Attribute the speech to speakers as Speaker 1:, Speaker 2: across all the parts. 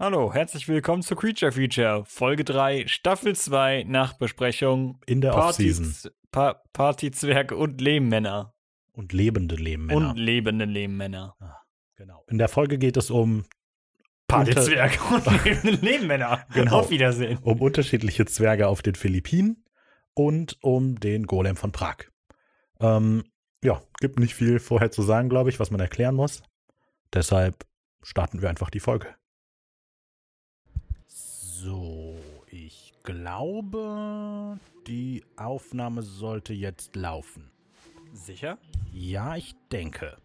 Speaker 1: Hallo, herzlich willkommen zu Creature Feature, Folge 3, Staffel 2, Nachbesprechung.
Speaker 2: In der Offseason.
Speaker 1: Partys- Pa Partyzwerge und Lehmmänner.
Speaker 2: Und lebende Lehmmänner.
Speaker 1: Und lebende Lehmmänner.
Speaker 2: genau. In der Folge geht es um, unter,
Speaker 1: Partyzwerge und lebende Lehmmänner.
Speaker 2: Genau.
Speaker 1: Auf Wiedersehen.
Speaker 2: um unterschiedliche Zwerge auf den Philippinen und um den Golem von Prag. Ähm, ja, gibt nicht viel vorher zu sagen, glaube ich, was man erklären muss. Deshalb starten wir einfach die Folge. So, ich glaube, die Aufnahme sollte jetzt laufen.
Speaker 1: Sicher?
Speaker 2: Ja, ich denke.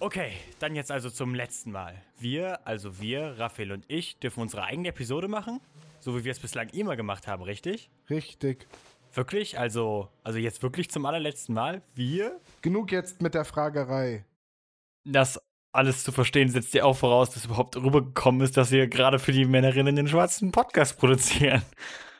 Speaker 1: Okay, dann jetzt also zum letzten Mal. Wir, also wir, Raphael und ich, dürfen unsere eigene Episode machen, so wie wir es bislang immer gemacht haben, richtig?
Speaker 3: Richtig.
Speaker 1: Wirklich? Also, also jetzt wirklich zum allerletzten Mal? Wir?
Speaker 3: Genug jetzt mit der Fragerei.
Speaker 1: Das alles zu verstehen setzt ja auch voraus, dass überhaupt rübergekommen ist, dass wir gerade für die Männerinnen den schwarzen Podcast produzieren.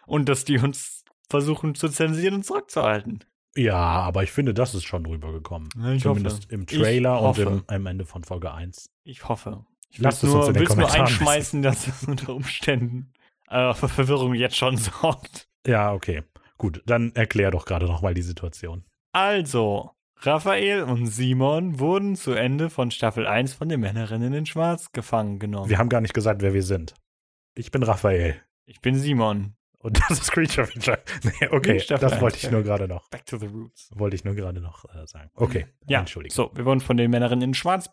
Speaker 1: Und dass die uns versuchen zu zensieren und zurückzuhalten.
Speaker 2: Ja, aber ich finde, das ist schon rübergekommen.
Speaker 1: Ja, ich
Speaker 2: Zumindest
Speaker 1: hoffe.
Speaker 2: im
Speaker 1: Ich
Speaker 2: Trailer und
Speaker 1: hoffe.
Speaker 2: im, am Ende von Folge 1.
Speaker 1: Ich hoffe. Ich
Speaker 2: Lasst
Speaker 1: will's
Speaker 2: es uns
Speaker 1: nur,
Speaker 2: in den
Speaker 1: will's nur
Speaker 2: Kommentaren
Speaker 1: einschmeißen, dass es unter Umständen äh, für Verwirrung jetzt schon sorgt.
Speaker 2: Ja, okay. Gut, dann erklär doch gerade nochmal die Situation.
Speaker 1: Also, Raphael und Simon wurden zu Ende von Staffel 1 von den Männerinnen in Schwarz gefangen genommen.
Speaker 2: Wir haben gar nicht gesagt, wer wir sind. Ich bin Raphael.
Speaker 1: Ich bin Simon.
Speaker 2: Und das ist Creature Feature. Nee, okay,
Speaker 1: Creature
Speaker 2: das
Speaker 1: Feature.
Speaker 2: wollte ich nur gerade noch.
Speaker 1: Back to the roots.
Speaker 2: Wollte ich nur gerade noch äh, sagen. Okay,
Speaker 1: Ja,
Speaker 2: entschuldige.
Speaker 1: so, wir wurden von den Männerinnen in Schwarz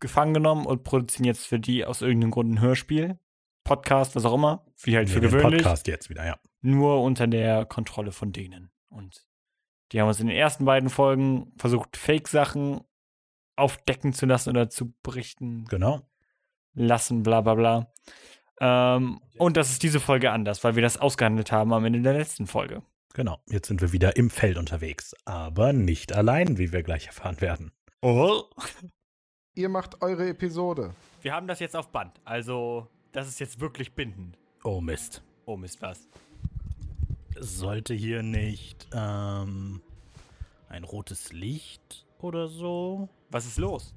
Speaker 1: gefangen genommen und produzieren jetzt für die aus irgendeinem Grund ein Hörspiel, Podcast, was auch immer, wie halt für
Speaker 2: Nehmen wir den
Speaker 1: gewöhnlich,
Speaker 2: Podcast jetzt wieder, ja.
Speaker 1: nur unter der Kontrolle von denen. Und die haben uns in den ersten beiden Folgen versucht, Fake-Sachen aufdecken zu lassen oder zu berichten,
Speaker 2: Genau.
Speaker 1: lassen, bla bla bla. Ähm, und das ist diese Folge anders, weil wir das ausgehandelt haben am Ende der letzten Folge.
Speaker 2: Genau. Jetzt sind wir wieder im Feld unterwegs. Aber nicht allein, wie wir gleich erfahren werden.
Speaker 1: Oh.
Speaker 3: Ihr macht eure Episode.
Speaker 1: Wir haben das jetzt auf Band, also das ist jetzt wirklich bindend.
Speaker 2: Oh Mist.
Speaker 1: Oh Mist, was?
Speaker 2: sollte hier nicht ähm, ein rotes Licht oder so?
Speaker 1: Was ist los?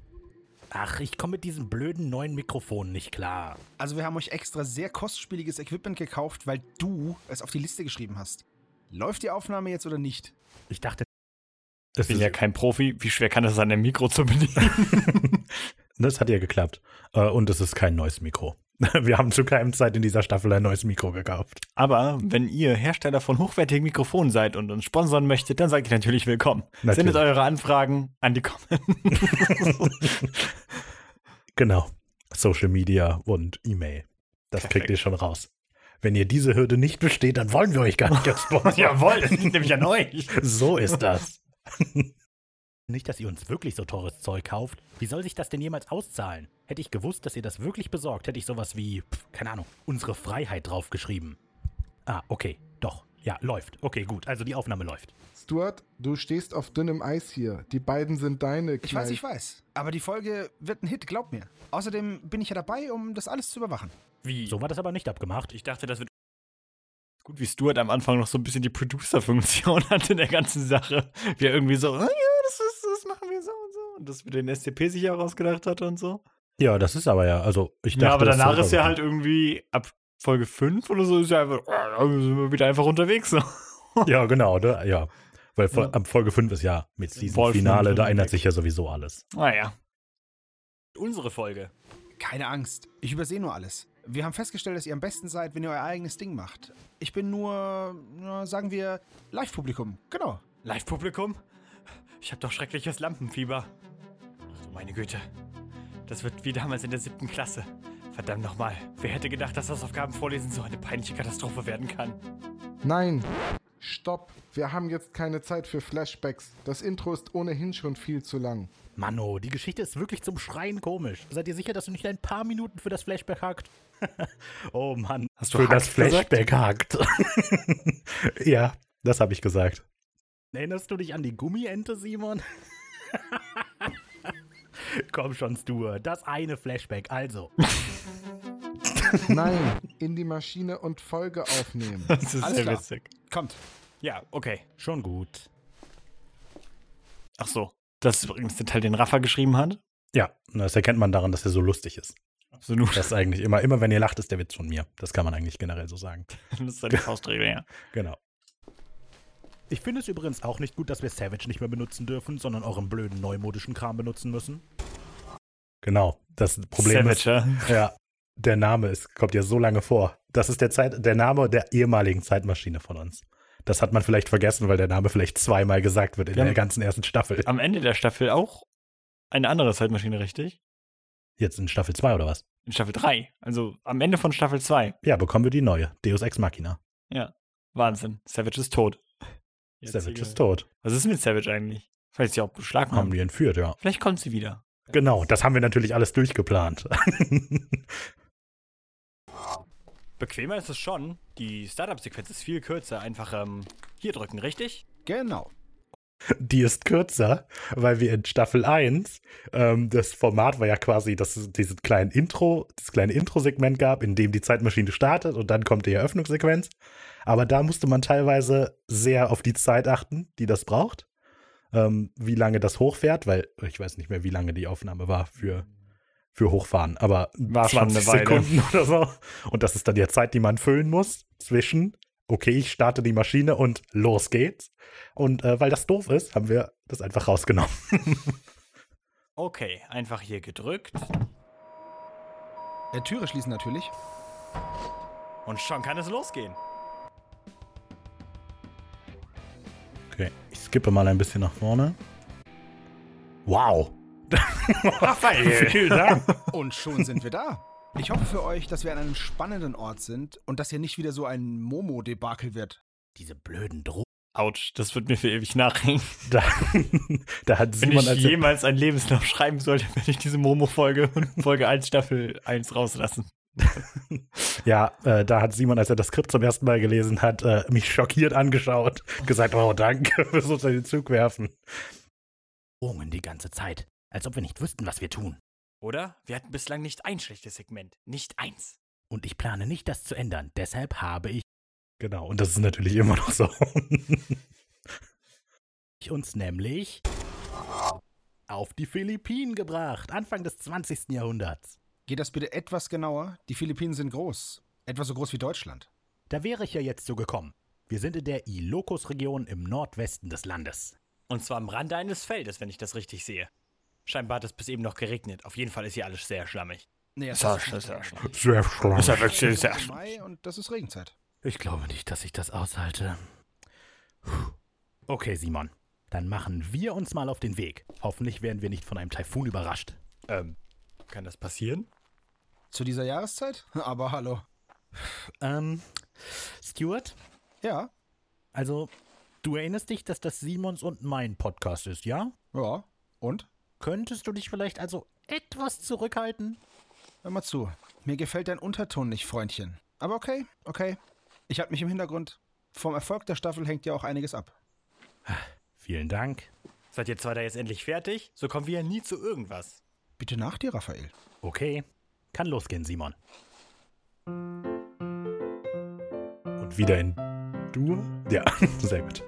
Speaker 2: Ach, ich komme mit diesem blöden neuen Mikrofon nicht klar.
Speaker 4: Also wir haben euch extra sehr kostspieliges Equipment gekauft, weil du es auf die Liste geschrieben hast. Läuft die Aufnahme jetzt oder nicht?
Speaker 2: Ich dachte, das,
Speaker 1: Ich bin ja kein Profi, wie schwer kann das sein, ein Mikro zu bedienen?
Speaker 2: das hat ja geklappt. Äh, Und es ist kein neues Mikro. Wir haben zu keinem Zeit in dieser Staffel ein neues Mikro gekauft.
Speaker 1: Aber wenn ihr Hersteller von hochwertigen Mikrofonen seid und uns sponsern möchtet, dann seid ihr natürlich willkommen.
Speaker 2: Natürlich.
Speaker 1: Sendet eure Anfragen an die Comments.
Speaker 2: Genau. Social Media und E-Mail. Das kriegt ihr schon raus. Wenn ihr diese Hürde nicht besteht, dann wollen wir euch gar nicht als Sponsor.
Speaker 1: Jawohl, das liegt nämlich an euch.
Speaker 2: So ist das. Nicht, dass ihr uns wirklich so teures Zeug kauft. Wie soll sich das denn jemals auszahlen? Hätte ich gewusst, dass ihr das wirklich besorgt, hätte ich sowas wie, pf, keine Ahnung, unsere Freiheit draufgeschrieben. Ah, okay, doch. Ja, läuft. Okay, gut. Also die Aufnahme läuft.
Speaker 3: Stuart, du stehst auf dünnem Eis hier. Die beiden sind deine.
Speaker 4: Ich weiß,
Speaker 3: Kneipe.
Speaker 4: ich weiß. Aber die Folge wird ein Hit, glaub mir. Außerdem bin ich ja dabei, um das alles zu überwachen.
Speaker 1: Wie?
Speaker 2: So war das aber nicht abgemacht.
Speaker 1: Ich dachte, das wird gut, wie Stuart am Anfang noch so ein bisschen die Producer-Funktion hatte in der ganzen Sache. Wie er irgendwie so, ah ja, das, ist, das machen wir so und so. Und das mit den SCP sich auch ausgedacht hatte und so.
Speaker 2: Ja, das ist aber ja, also ich
Speaker 1: ja, aber danach ist ja halt irgendwie ab Folge 5 oder so, ist ja einfach, ah, ja, sind wir wieder einfach unterwegs. So.
Speaker 2: Ja, genau, ne? ja. Weil
Speaker 1: Fol- halt Ja.
Speaker 2: ab Folge 5 ist ja mit
Speaker 1: Season Wolf Finale, und da ändert sich
Speaker 2: ja sowieso alles.
Speaker 1: Naja. Unsere Folge.
Speaker 4: Keine Angst, ich übersehe nur alles. Wir haben festgestellt, dass ihr am besten seid, wenn ihr euer eigenes Ding macht. Ich bin nur, na, sagen wir, Live-Publikum. Genau.
Speaker 1: Live-Publikum? Ich habe doch schreckliches Lampenfieber. Ach du meine Güte. Das wird wie damals in der siebten Klasse. Verdammt nochmal. Wer hätte gedacht, dass das Aufgabenvorlesen so eine peinliche Katastrophe werden kann?
Speaker 3: Nein. Stopp. Wir haben jetzt keine Zeit für Flashbacks. Das Intro ist ohnehin schon viel zu lang.
Speaker 2: Mano, die Geschichte ist wirklich zum Schreien komisch. Seid ihr sicher, dass du nicht ein paar Minuten für das Flashback hackt? oh Mann.
Speaker 1: Hast du
Speaker 2: für
Speaker 1: hackt
Speaker 2: das Flashback hackt. ja, das habe ich gesagt. Erinnerst du dich an die Gummiente, Simon? Komm schon, Stuart. Das eine Flashback. Also.
Speaker 3: Nein. In die Maschine und Folge aufnehmen.
Speaker 1: Das ist
Speaker 4: Alles klar.
Speaker 1: witzig.
Speaker 4: Kommt.
Speaker 1: Ja, okay.
Speaker 2: Schon gut.
Speaker 1: Ach so. Das ist übrigens der Teil, den Rafa geschrieben hat.
Speaker 2: Ja, das erkennt man daran, dass er so lustig ist.
Speaker 1: Absolut.
Speaker 2: Das ist eigentlich immer, immer wenn ihr lacht, ist der Witz von mir. Das kann man eigentlich generell so sagen.
Speaker 1: Das ist eine Faustregel, ja.
Speaker 2: Genau. Ich finde es übrigens auch nicht gut, dass wir Savage nicht mehr benutzen dürfen, sondern euren blöden neumodischen Kram benutzen müssen. Genau, das Problem
Speaker 1: Savage,
Speaker 2: ist,
Speaker 1: ja.
Speaker 2: ja, der Name ist, kommt ja so lange vor. Das ist der, Zeit, der Name der ehemaligen Zeitmaschine von uns. Das hat man vielleicht vergessen, weil der Name vielleicht zweimal gesagt wird in
Speaker 1: Ja.
Speaker 2: der ganzen ersten Staffel.
Speaker 1: Am Ende der Staffel auch eine andere Zeitmaschine, richtig?
Speaker 2: Jetzt in Staffel 2 oder was?
Speaker 1: In Staffel 3. Also am Ende von Staffel 2.
Speaker 2: Ja, bekommen wir die neue. Deus Ex Machina.
Speaker 1: Wahnsinn. Savage ist tot. Jetzt
Speaker 2: Savage
Speaker 1: egal.
Speaker 2: ist tot.
Speaker 1: Was ist mit Savage eigentlich? Vielleicht ist sie auch
Speaker 2: Haben
Speaker 1: beschlagnahmt.
Speaker 2: die entführt, ja.
Speaker 1: Vielleicht kommt sie wieder.
Speaker 2: Genau, das haben wir natürlich alles durchgeplant.
Speaker 1: Bequemer ist es schon. Die Startup-Sequenz ist viel kürzer. Einfach ähm, hier drücken, richtig?
Speaker 4: Genau.
Speaker 2: die ist kürzer, weil wir in Staffel 1, ähm, das Format war ja quasi, dass es diesen kleinen Intro, das kleine Intro-Segment gab, in dem die Zeitmaschine startet und dann kommt die Eröffnungssequenz. Aber da musste man teilweise sehr auf die Zeit achten, die das braucht. Ähm, wie lange das hochfährt, weil ich weiß nicht mehr, wie lange die Aufnahme war für, für Hochfahren, aber
Speaker 1: War schon
Speaker 2: 20
Speaker 1: eine Weile.
Speaker 2: Sekunden oder so. Und das ist dann die Zeit, die man füllen muss zwischen, okay, ich starte die Maschine und los geht's. Und äh, weil das doof ist, haben wir das einfach rausgenommen.
Speaker 1: Okay, einfach hier gedrückt.
Speaker 4: Äh, Türe schließen natürlich.
Speaker 1: Und schon kann es losgehen.
Speaker 2: Okay, ich skippe mal ein bisschen nach vorne. Wow.
Speaker 1: Raphael!
Speaker 2: Vielen Dank.
Speaker 4: Und schon sind wir da. Ich hoffe für euch, dass wir an einem spannenden Ort sind und dass hier nicht wieder so ein Momo-Debakel wird.
Speaker 2: Diese blöden Drogen.
Speaker 1: Autsch, das wird mir für ewig nachhängen.
Speaker 2: Da, da hat
Speaker 1: Wenn
Speaker 2: Simon
Speaker 1: ich
Speaker 2: als
Speaker 1: jemals einen Lebenslauf schreiben sollte, werde ich diese Momo-Folge und Folge 1 Staffel 1 rauslassen.
Speaker 2: ja, äh, da hat Simon, als er das Skript zum ersten Mal gelesen hat, äh, mich schockiert angeschaut, gesagt, oh danke, wir uns den Zug werfen. Drohungen die ganze Zeit, als ob wir nicht wüssten, was wir tun.
Speaker 1: Oder? Wir hatten bislang nicht ein schlechtes Segment. Nicht eins.
Speaker 2: Und ich plane nicht, das zu ändern. Deshalb habe ich. Genau, und das ist natürlich immer noch so. ich uns nämlich auf die Philippinen gebracht, Anfang des 20. Jahrhunderts.
Speaker 4: Geht das bitte etwas genauer? Die Philippinen sind groß. Etwa so groß wie Deutschland.
Speaker 2: Da wäre ich ja jetzt so gekommen. Wir sind in der Ilocos-Region im Nordwesten des Landes.
Speaker 1: Und zwar am Rande eines Feldes, wenn ich das richtig sehe. Scheinbar hat es bis eben noch geregnet. Auf jeden Fall ist hier alles sehr schlammig.
Speaker 4: Nee, das
Speaker 2: Sehr
Speaker 1: Das
Speaker 2: schlau.
Speaker 1: ist wirklich sehr
Speaker 4: im Mai und das ist Regenzeit.
Speaker 2: Ich glaube nicht, dass ich das aushalte. Puh. Okay, Simon. Dann machen wir uns mal auf den Weg. Hoffentlich werden wir nicht von einem Taifun überrascht.
Speaker 1: Ähm, kann das passieren?
Speaker 4: Zu dieser Jahreszeit? Aber hallo.
Speaker 2: Ähm, Stuart,
Speaker 4: Ja,
Speaker 2: also du erinnerst dich, dass das Simons und mein Podcast ist, ja?
Speaker 4: ja. Und?
Speaker 2: Könntest du dich vielleicht also etwas zurückhalten?
Speaker 4: Hör mal zu. Mir gefällt dein Unterton nicht, Freundchen. Aber okay, okay. Ich halte mich im Hintergrund. Vom Erfolg der Staffel hängt ja auch einiges ab.
Speaker 2: Vielen Dank.
Speaker 1: Seid ihr zwei da jetzt endlich fertig? So kommen wir ja nie zu irgendwas.
Speaker 4: Bitte nach dir, Raphael.
Speaker 2: Okay, kann losgehen, Simon. Und wieder in Dur? Ja, sehr gut.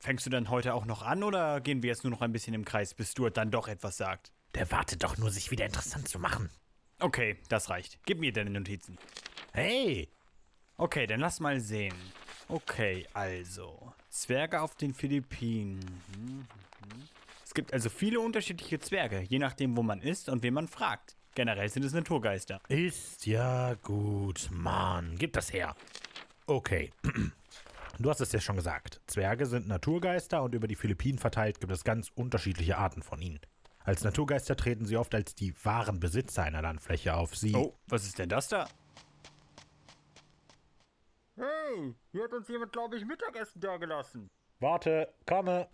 Speaker 1: Fängst du dann heute auch noch an oder gehen wir jetzt nur noch ein bisschen im Kreis, bis Stuart dann doch etwas sagt?
Speaker 2: Der wartet doch nur, sich wieder interessant zu machen.
Speaker 1: Okay, das reicht. Gib mir deine Notizen.
Speaker 2: Hey!
Speaker 1: Okay, dann lass mal sehen. Okay, also. Zwerge auf den Philippinen. Mhm, mhm. Es gibt also viele unterschiedliche Zwerge, je nachdem, wo man ist und wen man fragt. Generell sind es Naturgeister.
Speaker 2: Ist ja gut, Mann. Gib das her. Okay. Du hast es ja schon gesagt. Zwerge sind Naturgeister und über die Philippinen verteilt gibt es ganz unterschiedliche Arten von ihnen. Als Naturgeister treten sie oft als die wahren Besitzer einer Landfläche auf. Sie.
Speaker 1: Oh, was ist denn das da? Hey, hier hat uns jemand, glaube ich, Mittagessen dagelassen.
Speaker 2: Warte, komme.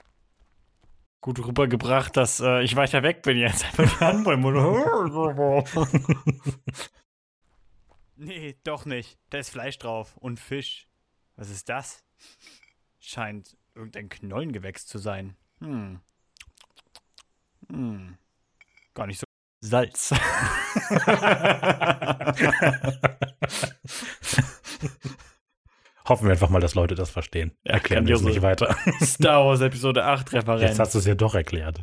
Speaker 1: Gut rübergebracht, dass äh, ich weiter weg bin jetzt. Einfach die Hand beim Mund. nee, doch nicht. Da ist Fleisch drauf und Fisch. Was ist das? Scheint irgendein Knollengewächs zu sein. Hm. Hm. Gar nicht so. Salz.
Speaker 2: Hoffen wir einfach mal, dass Leute das verstehen.
Speaker 1: Ja,
Speaker 2: Erklären wir es
Speaker 1: grandiose.
Speaker 2: nicht weiter.
Speaker 1: Star Wars Episode 8 Referenz.
Speaker 2: Jetzt hast du es ja doch erklärt.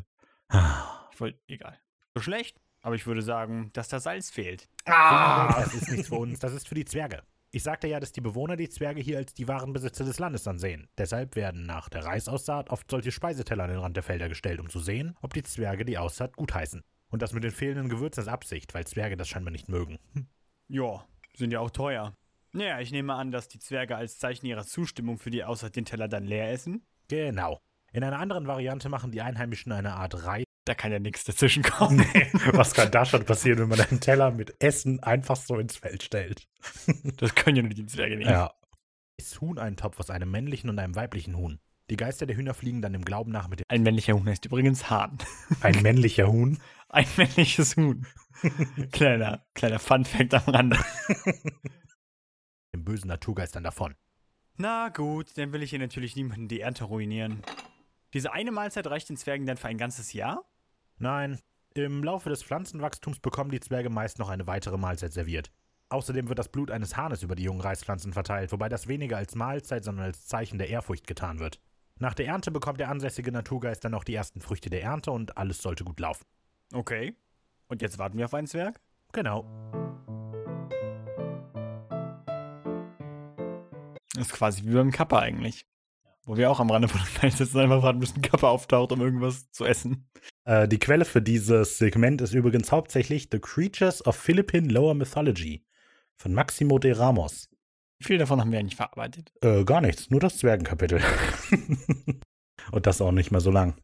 Speaker 1: Ich wollte, egal. So schlecht, aber ich würde sagen, dass da Salz fehlt.
Speaker 2: Das ist nichts für uns, das ist für die Zwerge. Ich sagte ja, dass die Bewohner die Zwerge hier als die wahren Besitzer des Landes ansehen. Deshalb werden nach der Reisaussaat oft solche Speiseteller an den Rand der Felder gestellt, um zu sehen, ob die Zwerge die Aussaat gutheißen. Und das mit den fehlenden Gewürzen ist Absicht, weil Zwerge das scheinbar nicht mögen.
Speaker 1: Ja, sind ja auch teuer. Naja, ich nehme an, dass die Zwerge als Zeichen ihrer Zustimmung für die Aussaat den Teller dann leer essen.
Speaker 2: Genau. In einer anderen Variante machen die Einheimischen eine Art Reis.
Speaker 1: Da kann ja nichts dazwischen kommen.
Speaker 2: Was kann da schon passieren, wenn man einen Teller mit Essen einfach so ins Feld stellt?
Speaker 1: Das können ja nur die Zwerge nicht.
Speaker 2: Ja. Ist Huhn ein Topf aus einem männlichen und einem weiblichen Huhn? Die Geister der Hühner fliegen dann im Glauben nach mit dem
Speaker 1: Ein männlicher Huhn heißt übrigens Hahn.
Speaker 2: ein männlicher Huhn.
Speaker 1: Ein männliches Huhn. kleiner, kleiner Fun-Fact am Rande.
Speaker 2: den bösen Naturgeistern davon.
Speaker 1: Na gut, dann will ich hier natürlich niemanden die Ernte ruinieren. Diese eine Mahlzeit reicht den Zwergen dann für ein ganzes Jahr?
Speaker 2: Nein, im Laufe des Pflanzenwachstums bekommen die Zwerge meist noch eine weitere Mahlzeit serviert. Außerdem wird das Blut eines Hahnes über die jungen Reispflanzen verteilt, wobei das weniger als Mahlzeit, sondern als Zeichen der Ehrfurcht getan wird. Nach der Ernte bekommt der ansässige Naturgeist dann noch die ersten Früchte der Ernte und alles sollte gut laufen.
Speaker 1: Okay. Und jetzt warten wir auf einen Zwerg?
Speaker 2: Genau.
Speaker 1: Das ist quasi wie beim Kappa eigentlich. Wo wir auch am Rande von dem Feld sitzen und einfach warten, bis ein Kappa auftaucht, um irgendwas zu essen.
Speaker 2: Äh, die Quelle für dieses Segment ist übrigens hauptsächlich The Creatures of Philippine Lower Mythology von Maximo de Ramos.
Speaker 1: Wie viel davon haben wir eigentlich verarbeitet?
Speaker 2: Äh, gar nichts, nur das Zwergenkapitel. Und das auch nicht mehr so lang.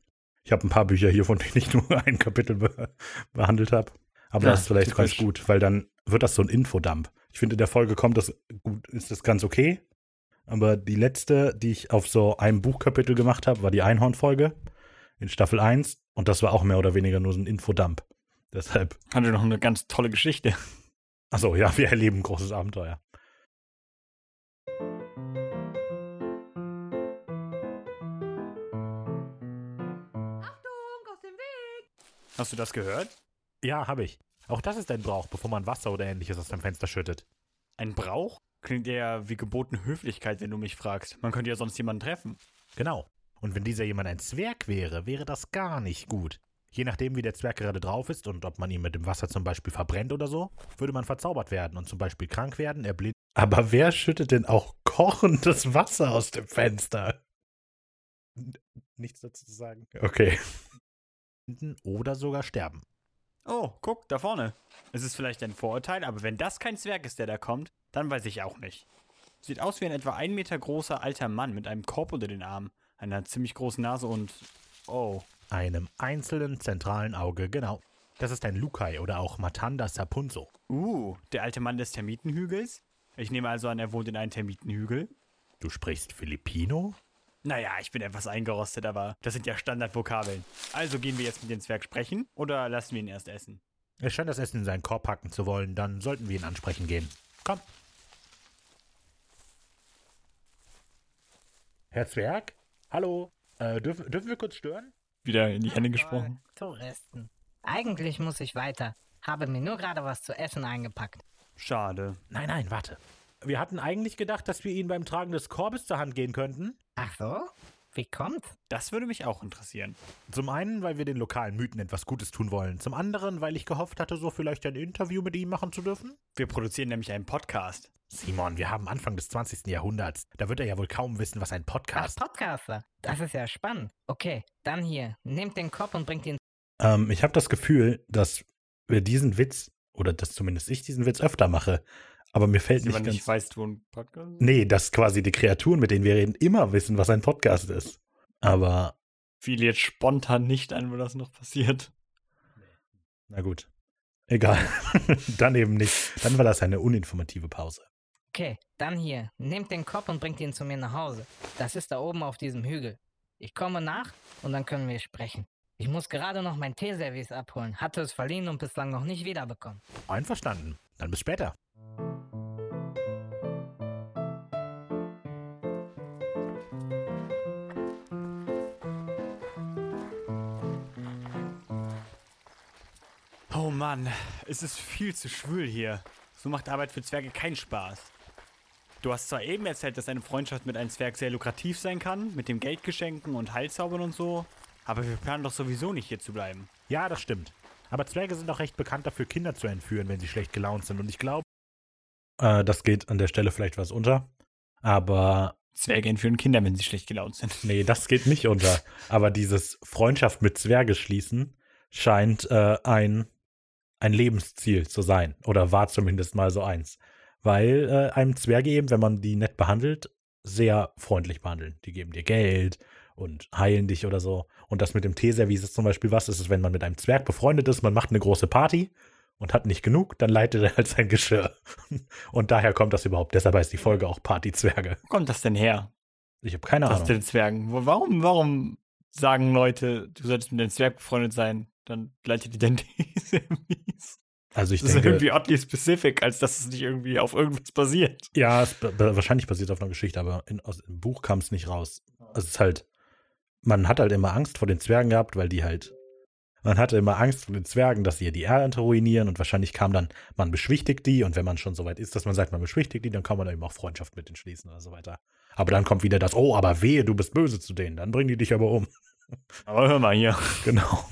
Speaker 2: Ich habe ein paar Bücher hier, von denen ich nur ein Kapitel be behandelt habe. Aber
Speaker 1: Ja,
Speaker 2: das ist vielleicht ganz
Speaker 1: typisch.
Speaker 2: gut, weil dann wird das so ein Infodump. Ich finde, in der Folge kommt das gut, ist das ganz okay. Aber die letzte, die ich auf so einem Buchkapitel gemacht habe, war die Einhornfolge in Staffel 1. Und das war auch mehr oder weniger nur so ein Infodump. Deshalb,
Speaker 1: Hatte noch eine ganz tolle Geschichte.
Speaker 2: achso, ja, wir erleben großes Abenteuer.
Speaker 5: Achtung, aus dem Weg!
Speaker 1: Hast du das gehört?
Speaker 2: Ja, habe ich. Auch das ist ein Brauch, bevor man Wasser oder ähnliches aus dem Fenster schüttet.
Speaker 1: Ein Brauch? Klingt eher wie gebotene Höflichkeit, wenn du mich fragst. Man könnte ja sonst jemanden treffen.
Speaker 2: Genau. Und wenn dieser jemand ein Zwerg wäre, wäre das gar nicht gut. Je nachdem, wie der Zwerg gerade drauf ist und ob man ihn mit dem Wasser zum Beispiel verbrennt oder so, würde man verzaubert werden und zum Beispiel krank werden, erblind. Aber wer schüttet denn auch kochendes Wasser aus dem Fenster? Nichts dazu zu sagen. Okay. Oder sogar sterben.
Speaker 1: Oh, guck, da vorne. Es ist vielleicht ein Vorurteil, aber wenn das kein Zwerg ist, der da kommt, dann weiß ich auch nicht. Sieht aus wie ein etwa ein Meter großer alter Mann mit einem Korb unter den Armen, einer ziemlich großen Nase und... Oh.
Speaker 2: Einem einzelnen zentralen Auge, genau. Das ist ein Lukai oder auch Matanda Sapunzo.
Speaker 1: Uh, der alte Mann des Termitenhügels? Ich nehme also an, er wohnt in einem Termitenhügel?
Speaker 2: Du sprichst Filipino?
Speaker 1: Naja, ich bin etwas eingerostet, aber das sind ja Standardvokabeln. Also gehen wir jetzt mit dem Zwerg sprechen oder lassen wir ihn erst essen?
Speaker 2: Er scheint das Essen in seinen Korb packen zu wollen, dann sollten wir ihn ansprechen gehen. Komm. Herr Zwerg? Hallo? Äh, dürfen, dürfen wir kurz stören?
Speaker 1: Wieder in die Hände
Speaker 6: Touristen. Eigentlich muss ich weiter. Habe mir nur gerade was zu essen eingepackt.
Speaker 1: Schade.
Speaker 2: Nein, nein, warte. Wir hatten eigentlich gedacht, dass wir Ihnen beim Tragen des Korbes zur Hand gehen könnten.
Speaker 6: Ach so? Wie kommt's?
Speaker 1: Das würde mich auch interessieren.
Speaker 2: Zum einen, weil wir den lokalen Mythen etwas Gutes tun wollen. Zum anderen, weil ich gehofft hatte, so vielleicht ein Interview mit ihm machen zu dürfen.
Speaker 1: Wir produzieren nämlich einen Podcast.
Speaker 2: Simon, wir haben Anfang des 20. Jahrhunderts. Da wird er ja wohl kaum wissen, was ein
Speaker 6: Ach,
Speaker 2: Podcast
Speaker 6: Podcaster. Das ist ja spannend. Okay, dann hier. Nehmt den Kopf und bringt ihn
Speaker 2: Ähm, ich habe das Gefühl, dass wir diesen Witz, oder dass zumindest ich diesen Witz öfter mache, aber mir fällt
Speaker 1: Wenn man
Speaker 2: nicht
Speaker 1: nicht
Speaker 2: ganz...
Speaker 1: weiß, wo ein Podcast ist.
Speaker 2: nee, dass quasi die Kreaturen, mit denen wir reden, immer wissen, was ein Podcast ist. Aber,
Speaker 1: Fiel jetzt spontan nicht ein, wo das noch passiert.
Speaker 2: na gut. Egal. Dann eben nicht. Dann war das eine uninformative Pause.
Speaker 6: Okay, dann hier. Nehmt den Kopf und bringt ihn zu mir nach Hause. Das ist da oben auf diesem Hügel. Ich komme nach und dann können wir sprechen. Ich muss gerade noch mein Teeservice abholen. Hatte es verliehen und bislang noch nicht wiederbekommen.
Speaker 2: Einverstanden. Dann bis später.
Speaker 1: Oh Mann, es ist viel zu schwül hier. So macht Arbeit für Zwerge keinen Spaß. Du hast zwar eben erzählt, dass eine Freundschaft mit einem Zwerg sehr lukrativ sein kann, mit dem Geldgeschenken und Heilzaubern und so, aber wir planen doch sowieso nicht hier zu bleiben.
Speaker 2: Ja, das stimmt. Aber Zwerge sind auch recht bekannt dafür, Kinder zu entführen, wenn sie schlecht gelaunt sind. Und ich glaube. Äh, das geht an der Stelle vielleicht was unter. Aber
Speaker 1: Zwerge entführen Kinder, wenn sie schlecht gelaunt sind.
Speaker 2: Nee, das geht nicht unter. Aber dieses Freundschaft mit Zwerge schließen scheint äh, ein, ein Lebensziel zu sein. Oder war zumindest mal so eins. Weil äh, einem Zwerge eben, wenn man die nett behandelt, sehr freundlich behandeln. Die geben dir Geld und heilen dich oder so. Und das mit dem Teeservice ist zum Beispiel was, ist es, wenn man mit einem Zwerg befreundet ist, man macht eine große Party und hat nicht genug, dann leitet er halt sein Geschirr. Und daher kommt das überhaupt. Deshalb heißt die Folge auch Partyzwerge.
Speaker 1: Wo kommt das denn her?
Speaker 2: Ich habe keine
Speaker 1: Das
Speaker 2: Ahnung.
Speaker 1: mit den Zwergen. Wo- Warum, warum sagen Leute, du solltest mit einem Zwerg befreundet sein? Dann leitet die denn diese Mies.
Speaker 2: Also ich
Speaker 1: Das ist
Speaker 2: denke,
Speaker 1: irgendwie oddly specific, als dass es nicht irgendwie auf irgendwas basiert.
Speaker 2: Ja, es, ba- ba- wahrscheinlich basiert es auf einer Geschichte, aber in, aus dem Buch kam es nicht raus. Also es ist halt, man hat halt immer Angst vor den Zwergen gehabt, weil die halt, man hatte immer Angst vor den Zwergen, dass sie ihr die Ernte ruinieren und wahrscheinlich kam dann, man beschwichtigt die und wenn man schon so weit ist, dass man sagt, man beschwichtigt die, dann kann man eben auch Freundschaft mit denen schließen oder so weiter. Aber dann kommt wieder das, oh, aber wehe, du bist böse zu denen, dann bringen die dich aber um.
Speaker 1: Aber hör mal hier.
Speaker 2: Genau.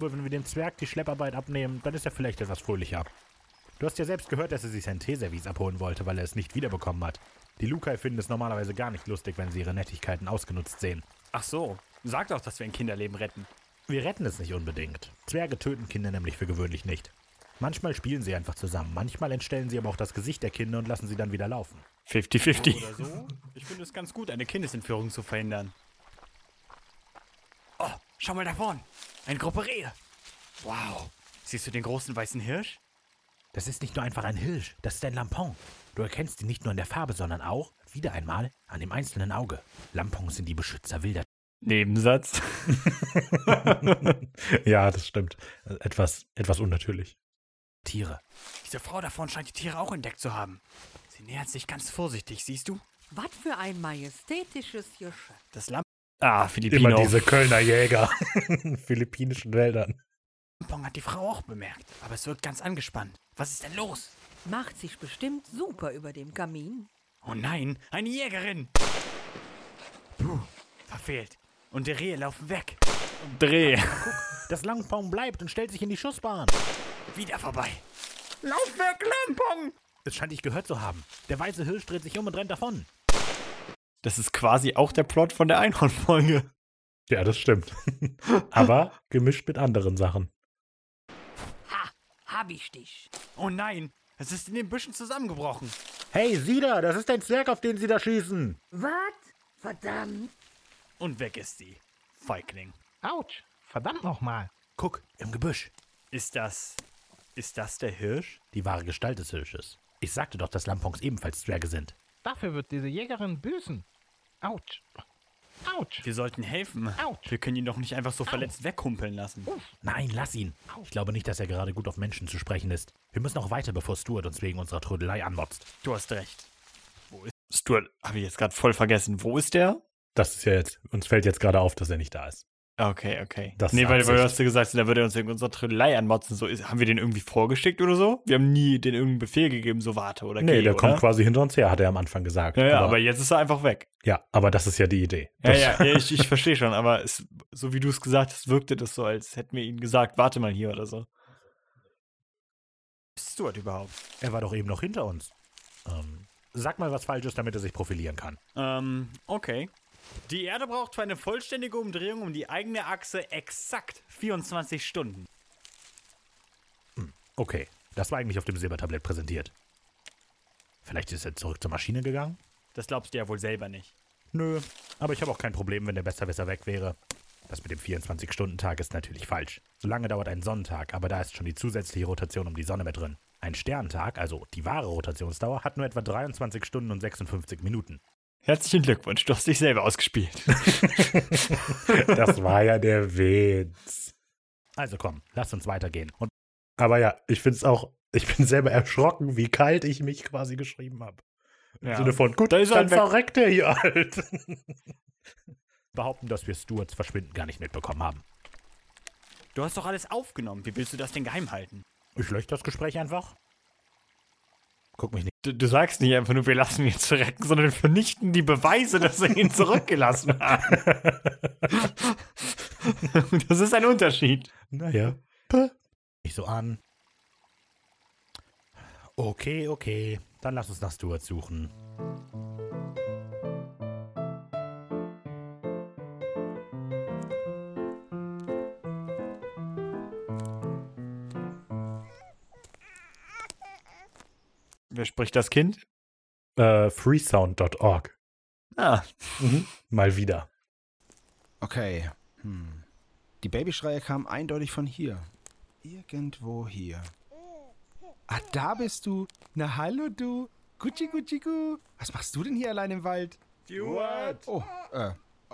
Speaker 2: Wenn wir dem Zwerg die Schlepparbeit abnehmen, dann ist er vielleicht etwas fröhlicher. Du hast ja selbst gehört, dass er sich sein Teeservice abholen wollte, weil er es nicht wiederbekommen hat. Die Lukai finden es normalerweise gar nicht lustig, wenn sie ihre Nettigkeiten ausgenutzt sehen.
Speaker 1: Ach so. Sag doch, dass wir ein Kinderleben retten.
Speaker 2: Wir retten es nicht unbedingt. Zwerge töten Kinder nämlich für gewöhnlich nicht. Manchmal spielen sie einfach zusammen, manchmal entstellen sie aber auch das Gesicht der Kinder und lassen sie dann wieder laufen.
Speaker 1: 50-50. Ich finde es ganz gut, eine Kindesentführung zu verhindern. Oh, schau mal da vorn. Eine Gruppe Rehe. Wow. Siehst du den großen weißen Hirsch?
Speaker 2: Das ist nicht nur einfach ein Hirsch, das ist ein Lampon. Du erkennst ihn nicht nur in der Farbe, sondern auch, wieder einmal, an dem einzelnen Auge. Lampons sind die Beschützer wilder
Speaker 1: Nebensatz.
Speaker 2: ja, das stimmt. Etwas, etwas unnatürlich. Tiere.
Speaker 1: Diese Frau da vorn scheint die Tiere auch entdeckt zu haben. Sie nähert sich ganz vorsichtig, siehst du?
Speaker 5: Was für ein majestätisches Geschöpf.
Speaker 1: Das Lamm. Ah, Filipino.
Speaker 2: Immer diese Kölner Jäger in philippinischen Wäldern.
Speaker 1: Lampong hat die Frau auch bemerkt. Aber es wirkt ganz angespannt. Was ist denn los?
Speaker 5: Macht sich bestimmt super über dem Kamin.
Speaker 1: Oh nein, eine Jägerin! Puh, verfehlt. Und die Rehe laufen weg. Dreh.
Speaker 2: Das Langbaum bleibt und stellt sich in die Schussbahn.
Speaker 1: Wieder vorbei. Lauf weg, Lampong!
Speaker 2: Das scheint ich gehört zu haben. Der weiße Hirsch dreht sich um und rennt davon.
Speaker 1: Das ist quasi auch der Plot von der Einhorn-Folge.
Speaker 2: Ja, das stimmt. Aber gemischt mit anderen Sachen.
Speaker 5: Ha, hab ich dich.
Speaker 1: Oh nein, es ist in den Büschen zusammengebrochen.
Speaker 2: Hey, sieh da, das ist ein Zwerg, auf den sie da schießen.
Speaker 5: Was? Verdammt.
Speaker 1: Und weg ist sie. Feigling.
Speaker 7: Autsch, verdammt nochmal.
Speaker 2: Guck, im Gebüsch.
Speaker 1: Ist das. Ist das der Hirsch?
Speaker 2: Die wahre Gestalt des Hirsches. Ich sagte doch, dass Lampons ebenfalls Zwerge sind.
Speaker 7: Dafür wird diese Jägerin büßen. Autsch. Autsch.
Speaker 1: Wir sollten helfen.
Speaker 7: Autsch.
Speaker 1: Wir können ihn doch nicht einfach so verletzt weghumpeln lassen.
Speaker 2: Nein, lass ihn. Ich glaube nicht, dass er gerade gut auf Menschen zu sprechen ist. Wir müssen noch weiter, bevor Stuart uns wegen unserer Trödelei anmotzt.
Speaker 1: Du hast recht. Wo ist. Stuart, habe ich jetzt gerade voll vergessen. Wo ist der?
Speaker 2: Das ist ja jetzt, uns fällt jetzt gerade auf, dass er nicht da ist.
Speaker 1: Okay, okay.
Speaker 2: Das
Speaker 1: nee,
Speaker 2: ist
Speaker 1: weil, weil du
Speaker 2: Absicht.
Speaker 1: hast ja gesagt, da würde er uns wegen unserer Trödelei anmotzen. So, ist, haben wir den irgendwie vorgeschickt oder so? Wir haben nie den irgendeinen Befehl gegeben, so warte oder
Speaker 2: Nee,
Speaker 1: geh,
Speaker 2: der
Speaker 1: oder?
Speaker 2: kommt quasi hinter uns her, hat er am Anfang gesagt.
Speaker 1: Ja, ja,
Speaker 2: aber,
Speaker 1: aber jetzt ist er einfach weg.
Speaker 2: ja, aber das ist ja die Idee.
Speaker 1: Ja,
Speaker 2: Das-
Speaker 1: ja, ja, ich, ich verstehe schon, aber es, so wie du es gesagt hast, wirkte das so, als hätten wir ihnen gesagt, warte mal hier oder so. Bist du halt überhaupt?
Speaker 2: Er war doch eben noch hinter uns. Ähm, sag mal was Falsches, damit er sich profilieren kann.
Speaker 1: Ähm, okay. Die Erde braucht für eine vollständige Umdrehung um die eigene Achse exakt 24 Stunden.
Speaker 2: Okay, das war eigentlich auf dem Silbertablett präsentiert. Vielleicht ist er zurück zur Maschine gegangen?
Speaker 1: Das glaubst du ja wohl selber nicht.
Speaker 2: Nö, aber ich habe auch kein Problem, wenn der Besserwisser weg wäre. Das mit dem 24-Stunden-Tag ist natürlich falsch. So lange dauert ein Sonnentag, aber da ist schon die zusätzliche Rotation um die Sonne mit drin. Ein Sterntag, also die wahre Rotationsdauer, hat nur etwa 23 Stunden und 56 Minuten.
Speaker 1: Herzlichen Glückwunsch, du hast dich selber ausgespielt.
Speaker 2: Das war ja der Witz. Also komm, lass uns weitergehen. Und aber ja, ich find's auch, ich bin selber erschrocken, wie kalt ich mich quasi geschrieben habe. Im
Speaker 1: Ja.
Speaker 2: Sinne von, gut,
Speaker 1: Da ist er
Speaker 2: dann
Speaker 1: weg.
Speaker 2: verreckt er hier halt. Behaupten, dass wir Stuarts Verschwinden gar nicht mitbekommen haben.
Speaker 1: Du hast doch alles aufgenommen. Wie willst du das denn geheim halten?
Speaker 2: Ich lösche das Gespräch einfach. Guck mich nicht.
Speaker 1: Du, du sagst nicht einfach nur, wir lassen ihn zurück, sondern wir vernichten die Beweise, dass wir ihn zurückgelassen haben. das ist ein Unterschied.
Speaker 2: Naja. Puh. Nicht so an. Okay, okay. Dann lass uns nach Stuart suchen.
Speaker 1: Wer spricht das Kind?
Speaker 2: Äh, freesound.org.
Speaker 1: Ah,
Speaker 2: Mal wieder.
Speaker 4: Okay. Hm. Die Babyschreie kamen eindeutig von hier. Irgendwo hier. Ah, da bist du. Na hallo du. Gucci Gucci Gu. Was machst du denn hier allein im Wald?
Speaker 2: Stuart!
Speaker 4: Oh, äh.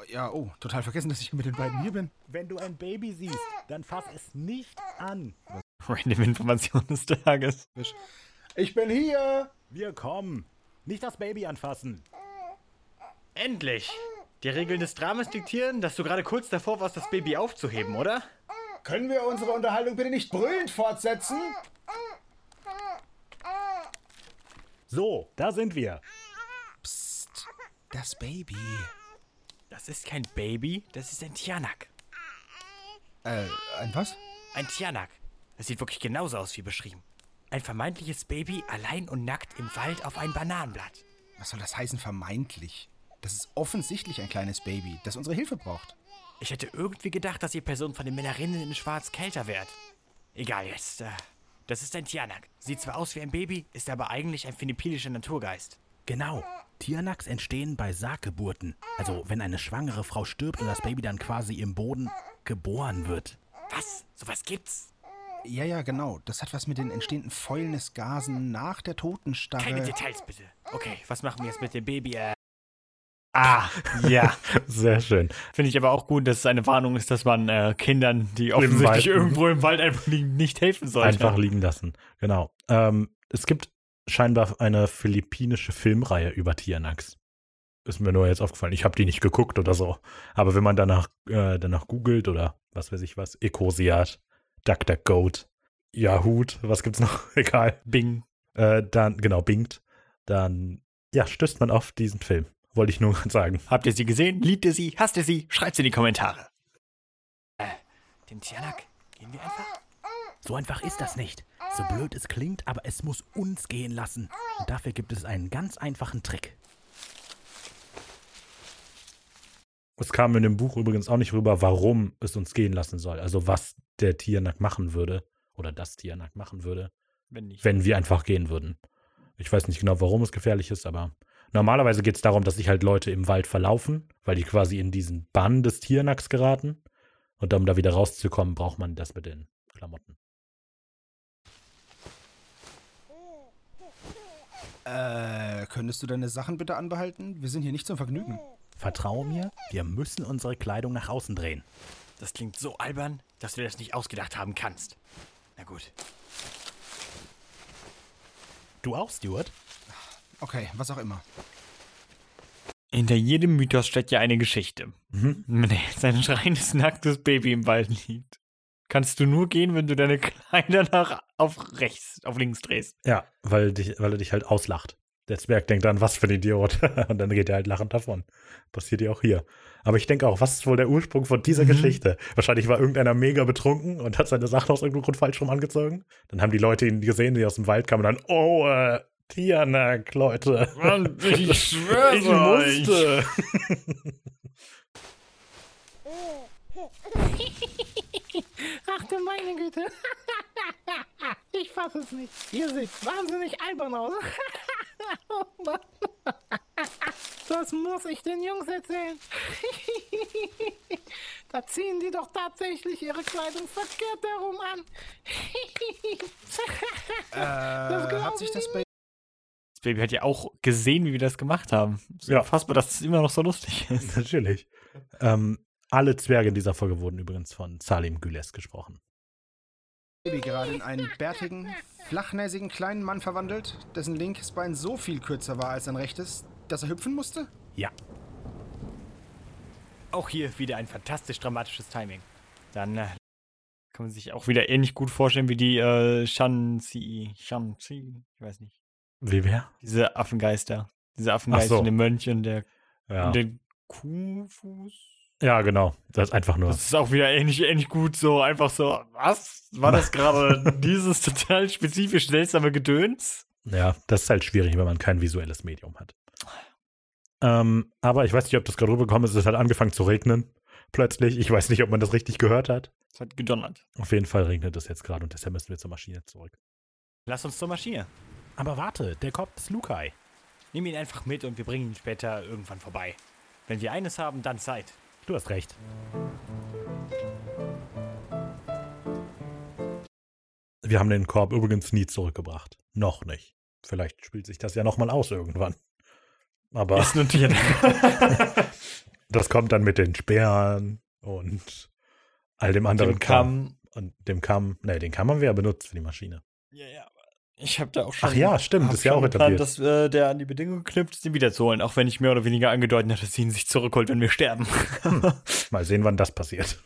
Speaker 4: Ja, oh, total vergessen, dass ich mit den beiden hier bin.
Speaker 2: Wenn du ein Baby siehst, dann fass es nicht an.
Speaker 1: random Information des Tages.
Speaker 4: Ich bin hier!
Speaker 2: Wir kommen. Nicht das Baby anfassen.
Speaker 1: Endlich! Die Regeln des Dramas diktieren, dass du gerade kurz davor warst, das Baby aufzuheben, oder?
Speaker 4: Können wir unsere Unterhaltung bitte nicht brüllend fortsetzen?
Speaker 2: So, da sind wir.
Speaker 4: Das Baby.
Speaker 1: Das ist kein Baby, das ist ein Tianak.
Speaker 4: Äh, ein was?
Speaker 1: Ein Tianak. Das sieht wirklich genauso aus wie beschrieben. Ein vermeintliches Baby allein und nackt im Wald auf ein Bananenblatt.
Speaker 4: Was soll das heißen, vermeintlich? Das ist offensichtlich ein kleines Baby, das unsere Hilfe braucht.
Speaker 1: Ich hätte irgendwie gedacht, dass die Person von den Männerinnen in Schwarz kälter wird. Egal jetzt. Äh, das ist ein Tianak. Sieht zwar aus wie ein Baby, ist aber eigentlich ein philippinischer Naturgeist.
Speaker 2: Genau. Tiernacks entstehen bei Sarggeburten. Also, wenn eine schwangere Frau stirbt und das Baby dann quasi im Boden geboren wird.
Speaker 1: Was? Sowas gibt's?
Speaker 4: Ja, ja, genau. Das hat was mit den entstehenden Fäulnisgasen nach der
Speaker 1: Keine
Speaker 4: Totenstarre.
Speaker 1: Details bitte. Okay, was machen wir jetzt mit dem Baby? Äh. Ah, ja.
Speaker 2: Sehr schön.
Speaker 1: Finde ich aber auch gut, dass es eine Warnung ist, dass man äh, Kindern, die
Speaker 2: Wald.
Speaker 1: offensichtlich irgendwo im Wald einfach liegen, nicht helfen sollte.
Speaker 2: Einfach liegen lassen. Genau. Ähm, es gibt scheinbar eine philippinische Filmreihe über Tiernacks. Ist mir nur jetzt aufgefallen. Ich habe die nicht geguckt oder so. Aber wenn man danach, äh, danach googelt oder was weiß ich was, Ecosiat, DuckDuckGoat, Yahoo, was gibt's noch? Egal.
Speaker 1: Bing.
Speaker 2: äh, dann, genau, bingt, dann, ja, stößt man auf diesen Film. Wollte ich nur sagen.
Speaker 1: Habt ihr sie gesehen? Liebt ihr sie? Hasst ihr sie? Schreibt's in die Kommentare. Äh, dem Tianak gehen wir einfach?
Speaker 2: So einfach ist das nicht. So blöd es klingt, aber es muss uns gehen lassen. Und dafür gibt es einen ganz einfachen Trick. Es kam in dem Buch übrigens auch nicht rüber, warum es uns gehen lassen soll. Also was der Tiernack machen würde oder das Tiernack machen würde,
Speaker 1: Wenn nicht.
Speaker 2: wenn wir einfach gehen würden. Ich weiß nicht genau, warum es gefährlich ist, aber normalerweise geht es darum, dass sich halt Leute im Wald verlaufen, weil die quasi in diesen Bann des Tiernacks geraten. Und um da wieder rauszukommen, braucht man das mit den Klamotten.
Speaker 4: Äh, könntest du deine Sachen bitte anbehalten? Wir sind hier nicht zum Vergnügen.
Speaker 2: Vertrau mir, wir müssen unsere Kleidung nach außen drehen.
Speaker 1: Das klingt so albern, dass du dir das nicht ausgedacht haben kannst. Na gut.
Speaker 2: Du auch, Stuart?
Speaker 4: Okay, was auch immer.
Speaker 1: Hinter jedem Mythos steckt ja eine Geschichte.
Speaker 2: Mhm.
Speaker 1: Wenn jetzt ein schreiendes, nacktes Baby im Wald liegt, kannst du nur gehen, wenn du deine Kleider nach auf rechts, auf links drehst.
Speaker 2: Ja, weil, dich, weil er dich halt auslacht. Der Zwerg denkt dann, was für ein Idiot. Und dann geht er halt lachend davon. Passiert ja auch hier. Aber ich denke auch, was ist wohl der Ursprung von dieser Geschichte? Wahrscheinlich war irgendeiner mega betrunken und hat seine Sachen aus irgendeinem Grund falsch rum angezogen. Dann haben die Leute ihn gesehen, die aus dem Wald kamen und dann, oh, äh, Tianak, Leute.
Speaker 1: ich schwöre
Speaker 2: Ich musste.
Speaker 7: Ach du meine Güte. Ich fasse es nicht. Ihr seht wahnsinnig albern aus. Oh Mann. Das muss ich den Jungs erzählen. Da ziehen die doch tatsächlich ihre Kleidung verkehrt herum an.
Speaker 4: Äh, hat sich das bei.
Speaker 1: Das Baby hat ja auch gesehen, wie wir das gemacht haben. Ist
Speaker 2: Ja.
Speaker 1: Unfassbar, dass es immer noch so lustig ist.
Speaker 2: Natürlich. Ähm, alle Zwerge in dieser Folge wurden übrigens von Salim Güles gesprochen.
Speaker 4: Baby gerade in einen bärtigen, flachnäsigen kleinen Mann verwandelt, dessen linkes Bein so viel kürzer war als sein rechtes, dass er hüpfen musste?
Speaker 2: Ja.
Speaker 1: Auch hier wieder ein fantastisch dramatisches Timing. Dann äh, kann man sich auch wieder ähnlich gut vorstellen wie die äh, Shan-Ci. Shan-Ci, ich weiß nicht.
Speaker 2: Wie wer?
Speaker 1: Diese Affengeister. Diese Affengeister
Speaker 2: so.
Speaker 1: und der Mönch und der,
Speaker 2: Ja.
Speaker 1: und der Kuhfuß.
Speaker 2: ja, genau. Das ist einfach nur.
Speaker 1: Das ist auch wieder ähnlich, ähnlich gut so, einfach so, was? War das gerade dieses total spezifisch seltsame Gedöns?
Speaker 2: Ja, das ist halt schwierig, wenn man kein visuelles Medium hat. Ähm, aber ich weiß nicht, ob das gerade rübergekommen ist. Es hat angefangen zu regnen. Plötzlich. Ich weiß nicht, ob man das richtig gehört hat.
Speaker 1: Es hat gedonnert.
Speaker 2: Auf jeden Fall regnet es jetzt gerade und deshalb müssen wir zur Maschine zurück.
Speaker 1: Lass uns zur Maschine.
Speaker 2: Aber warte, der Kopf ist Lukai.
Speaker 1: Nimm ihn einfach mit und wir bringen ihn später irgendwann vorbei. Wenn wir eines haben, dann Zeit.
Speaker 2: Du hast recht. Wir haben den Korb übrigens nie zurückgebracht. Noch nicht. Vielleicht spielt sich das ja nochmal aus irgendwann. Aber
Speaker 1: Ist notiert.
Speaker 2: das kommt dann mit den Speeren und all dem anderen
Speaker 1: Dem Kamm.
Speaker 2: Und dem Kamm. Ne, den Kamm haben wir ja benutzt für die Maschine.
Speaker 1: Ja, ja. aber Ich habe da auch schon.
Speaker 2: Ach ja, stimmt.
Speaker 1: hab
Speaker 2: Ist ja
Speaker 1: schon
Speaker 2: auch
Speaker 1: geplant,
Speaker 2: etabliert.
Speaker 1: dass äh, der an die Bedingung knüpft, sie wiederzuholen, auch wenn ich mehr oder weniger angedeutet habe, dass sie ihn sich zurückholt, wenn wir sterben.
Speaker 2: Hm. Mal sehen, wann das passiert.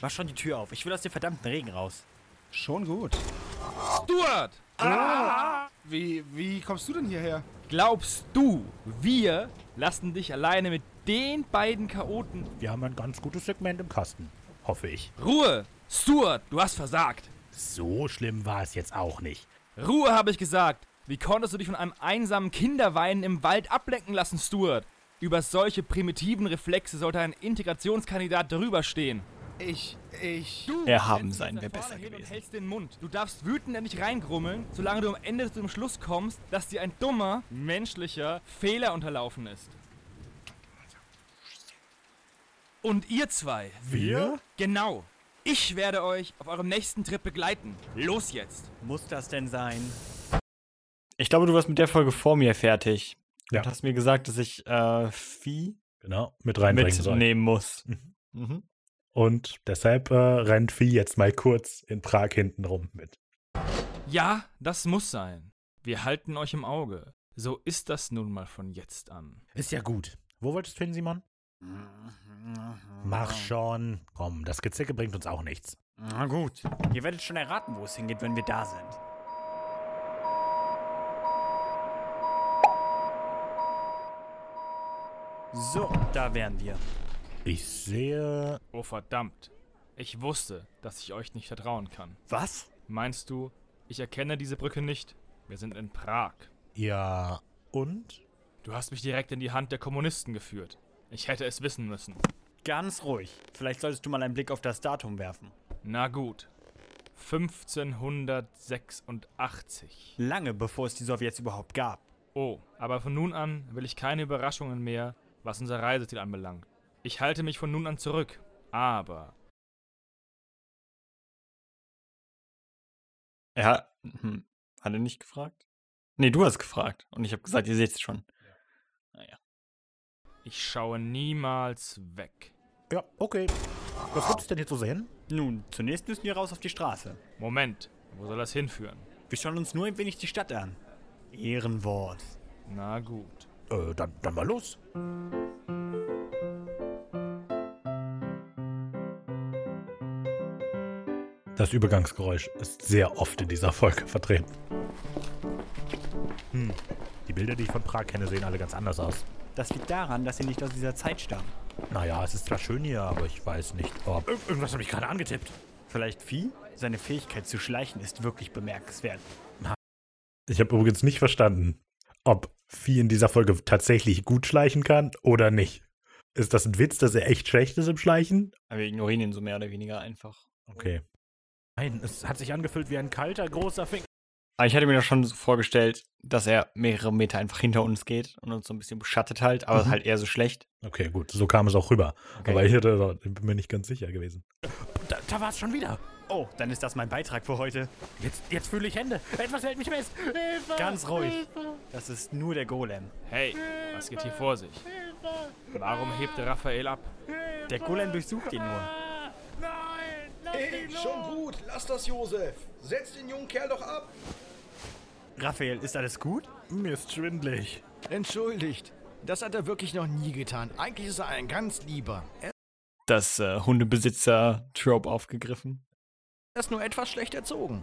Speaker 1: Mach schon die Tür auf. Ich will aus dem verdammten Regen raus.
Speaker 4: Schon gut. Ah. Stuart!
Speaker 8: Ah.
Speaker 9: Wie, wie
Speaker 4: Kommst du denn hierher?
Speaker 9: glaubst du, wir lassen dich alleine mit den beiden Chaoten?
Speaker 2: Wir haben ein ganz gutes Segment im Kasten. Hoffe ich.
Speaker 9: Ruhe! Stuart, du hast versagt!
Speaker 2: So schlimm war es jetzt auch nicht.
Speaker 9: Ruhe, habe ich gesagt! Wie konntest du dich von einem einsamen Kinderweinen im Wald ablenken lassen, Stuart? Über solche primitiven Reflexe sollte ein Integrationskandidat drüber stehen.
Speaker 4: Ich, ich.
Speaker 9: Du
Speaker 1: Erhaben
Speaker 9: setzt dich
Speaker 1: sein
Speaker 9: nach
Speaker 1: wär
Speaker 9: vorne
Speaker 1: besser
Speaker 9: hin
Speaker 1: gewesen.
Speaker 9: Und hältst den Mund. Du darfst wütend an dich reingrummeln, solange du am Ende zum Schluss kommst, dass dir ein dummer, menschlicher Fehler unterlaufen ist. Und ihr zwei?
Speaker 2: Wir?
Speaker 9: Genau. Ich werde euch auf eurem nächsten Trip begleiten. Los jetzt.
Speaker 1: Muss das denn sein? Ich glaube, du warst mit der Folge vor mir fertig.
Speaker 2: Ja.
Speaker 1: Und hast mir gesagt, dass ich äh, Vieh
Speaker 2: Genau, mit reinbringen sollen.
Speaker 1: mitnehmen muss.
Speaker 2: Mhm.
Speaker 1: Mhm.
Speaker 2: Und deshalb äh, rennt Vieh jetzt mal kurz in Prag hinten rum mit.
Speaker 9: Ja, das muss sein. Wir halten euch im Auge. So ist das nun mal von jetzt an.
Speaker 2: Ist ja gut. Wo wolltest du hin, Simon? Mach schon. Komm, das Gezicke bringt uns auch nichts.
Speaker 1: Na gut. Ihr werdet schon erraten, wo es hingeht, wenn wir da sind. So, da wären wir.
Speaker 2: Ich sehe.
Speaker 9: Oh verdammt. Ich wusste, dass ich euch nicht vertrauen kann.
Speaker 1: Was?
Speaker 9: Meinst du, ich erkenne diese Brücke nicht? Wir sind in Prag.
Speaker 2: Ja. Und?
Speaker 9: Du hast mich direkt in die Hand der Kommunisten geführt. Ich hätte es wissen müssen.
Speaker 1: Ganz ruhig. Vielleicht solltest du mal einen Blick auf das Datum werfen.
Speaker 9: Na gut. 1586.
Speaker 1: Lange bevor es die Sowjets überhaupt gab.
Speaker 9: Oh, aber von nun an will ich keine Überraschungen mehr, was unser Reiseziel anbelangt. Ich halte mich von nun an zurück. Aber
Speaker 1: Ja. Hm. Hat er nicht gefragt? Nee, du hast gefragt. Und ich habe gesagt, ihr seht es schon.
Speaker 9: ich schaue niemals weg.
Speaker 2: Ja, okay. Was gibt's denn hier zu sehen?
Speaker 1: Nun, zunächst müssen wir raus auf die Straße.
Speaker 9: Moment, wo soll das hinführen?
Speaker 1: Wir schauen uns nur ein wenig die Stadt an. Ehrenwort.
Speaker 9: Na gut.
Speaker 2: Äh, dann, dann mal los. Das Übergangsgeräusch ist sehr oft in dieser Folge vertreten. Hm. Die Bilder, die ich von Prag kenne, sehen alle ganz anders aus.
Speaker 1: Das liegt daran, dass ihr nicht aus dieser Zeit stammt.
Speaker 2: Naja, es ist zwar schön hier, aber ich weiß nicht, ob. Irgendwas habe ich gerade angetippt.
Speaker 1: Vielleicht Vieh? Seine Fähigkeit zu schleichen ist wirklich bemerkenswert.
Speaker 2: Ich habe übrigens nicht verstanden, ob Vieh in dieser Folge tatsächlich gut schleichen kann oder nicht. Ist das ein Witz, dass er echt schlecht ist im Schleichen?
Speaker 1: Aber wir ignorieren ihn so mehr oder weniger einfach.
Speaker 2: Okay. Nein, es hat sich angefühlt wie ein kalter, großer Finger.
Speaker 1: Aber ich hatte mir das schon so vorgestellt, dass er mehrere Meter einfach hinter uns geht und uns so ein bisschen beschattet halt, aber halt eher so schlecht.
Speaker 2: Okay, gut, so kam es auch rüber.
Speaker 1: Okay.
Speaker 2: Aber ich hätte- ich bin mir nicht ganz sicher gewesen.
Speaker 1: Da, war es schon wieder. Oh, dann ist das mein Beitrag für heute.
Speaker 2: Jetzt, jetzt fühle ich Hände. Etwas hält mich fest.
Speaker 1: Ganz ruhig. Das ist nur der Golem.
Speaker 9: Hey, was geht hier vor sich? Warum hebt Raphael ab?
Speaker 1: Der Golem durchsucht ihn nur.
Speaker 8: Ey, schon gut, lass das, Josef. Setz den jungen Kerl doch ab.
Speaker 1: Raphael, ist alles gut?
Speaker 2: Mir ist schwindelig.
Speaker 8: Entschuldigt, das hat er wirklich noch nie getan. Eigentlich ist er ein ganz lieber.
Speaker 1: das äh, Hundebesitzer-Trope aufgegriffen.
Speaker 8: Er ist nur etwas schlecht erzogen.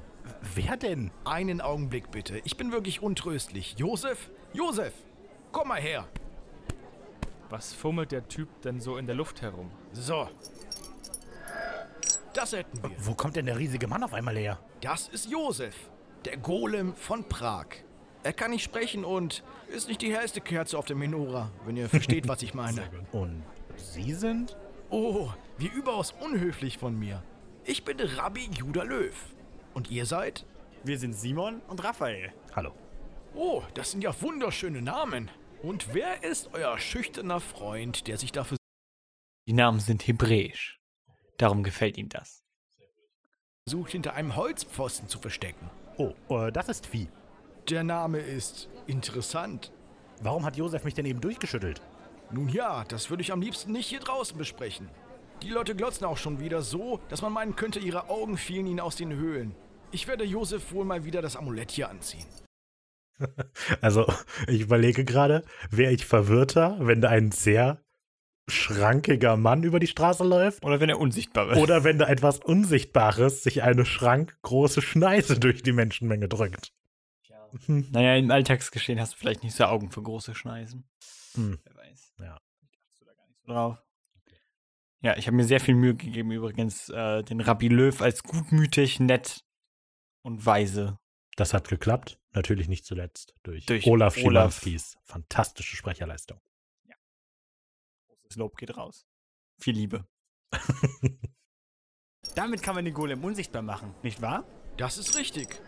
Speaker 2: Wer denn?
Speaker 8: Einen Augenblick bitte. Ich bin wirklich untröstlich. Josef? Josef! Komm mal her!
Speaker 9: Was fummelt der Typ denn so in der Luft herum?
Speaker 8: So. Das hätten wir.
Speaker 2: Wo kommt denn der riesige Mann auf einmal her?
Speaker 8: Das ist Josef, der Golem von Prag. Er kann nicht sprechen und ist nicht die hellste Kerze auf der Menora, wenn ihr versteht, was ich meine.
Speaker 2: Und Sie sind?
Speaker 8: Oh, wie überaus unhöflich von mir. Ich bin Rabbi Judah Löw. Und ihr seid?
Speaker 1: Wir sind Simon und Raphael.
Speaker 2: Hallo.
Speaker 8: Oh, das sind ja wunderschöne Namen. Und wer ist euer schüchterner Freund, der sich dafür...
Speaker 1: Die Namen sind hebräisch. Darum gefällt ihm das.
Speaker 8: sucht, hinter einem Holzpfosten zu verstecken.
Speaker 2: Oh, äh, das ist Vieh.
Speaker 8: Der Name ist interessant.
Speaker 2: Warum hat Josef mich denn eben durchgeschüttelt?
Speaker 8: Nun ja, das würde ich am liebsten nicht hier draußen besprechen. Die Leute glotzen auch schon wieder so, dass man meinen könnte, ihre Augen fielen ihnen aus den Höhlen. Ich werde Josef wohl mal wieder das Amulett hier anziehen.
Speaker 2: Also, ich überlege gerade, wäre ich verwirrter, wenn da ein sehr schrankiger Mann über die Straße läuft?
Speaker 1: Oder wenn er unsichtbar ist.
Speaker 2: Oder wenn da etwas Unsichtbares sich eine schrankgroße Schneise durch die Menschenmenge drückt?
Speaker 1: Naja, im Alltagsgeschehen hast du vielleicht nicht so Augen für große Schneisen.
Speaker 2: Hm.
Speaker 1: Wer weiß.
Speaker 2: Ja.
Speaker 1: Ich achte da gar nicht so drauf. Ja, ich habe mir sehr viel Mühe gegeben, übrigens, äh, den Rabbi Löw als gutmütig, nett und weise.
Speaker 2: Das hat geklappt. Natürlich nicht zuletzt durch,
Speaker 1: Durch
Speaker 2: Olaf
Speaker 1: Olaf.
Speaker 2: Schimanskis fantastische Sprecherleistung.
Speaker 1: Das Lob geht raus. Viel Liebe. Damit kann man den Golem unsichtbar machen, nicht wahr?
Speaker 8: Das ist richtig.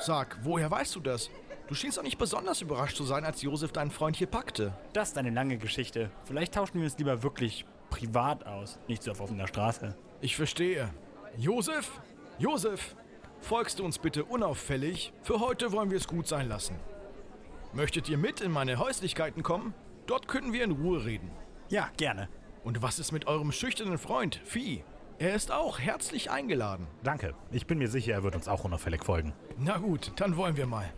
Speaker 8: Sag, woher weißt du das? Du schienst doch nicht besonders überrascht zu sein, als Josef deinen Freund hier packte.
Speaker 1: Das ist eine lange Geschichte. Vielleicht tauschen wir uns lieber wirklich privat aus, nicht so auf offener Straße.
Speaker 8: Ich verstehe. Josef? Josef! Folgst du uns bitte unauffällig? Für heute wollen wir es gut sein lassen. Möchtet ihr mit in meine Häuslichkeiten kommen? Dort können wir in Ruhe reden.
Speaker 1: Ja, gerne.
Speaker 8: Und was ist mit eurem schüchternen Freund, Vieh? Er ist auch herzlich eingeladen.
Speaker 2: Danke. Ich bin mir sicher, er wird uns auch unauffällig folgen.
Speaker 8: Na gut, dann wollen wir mal.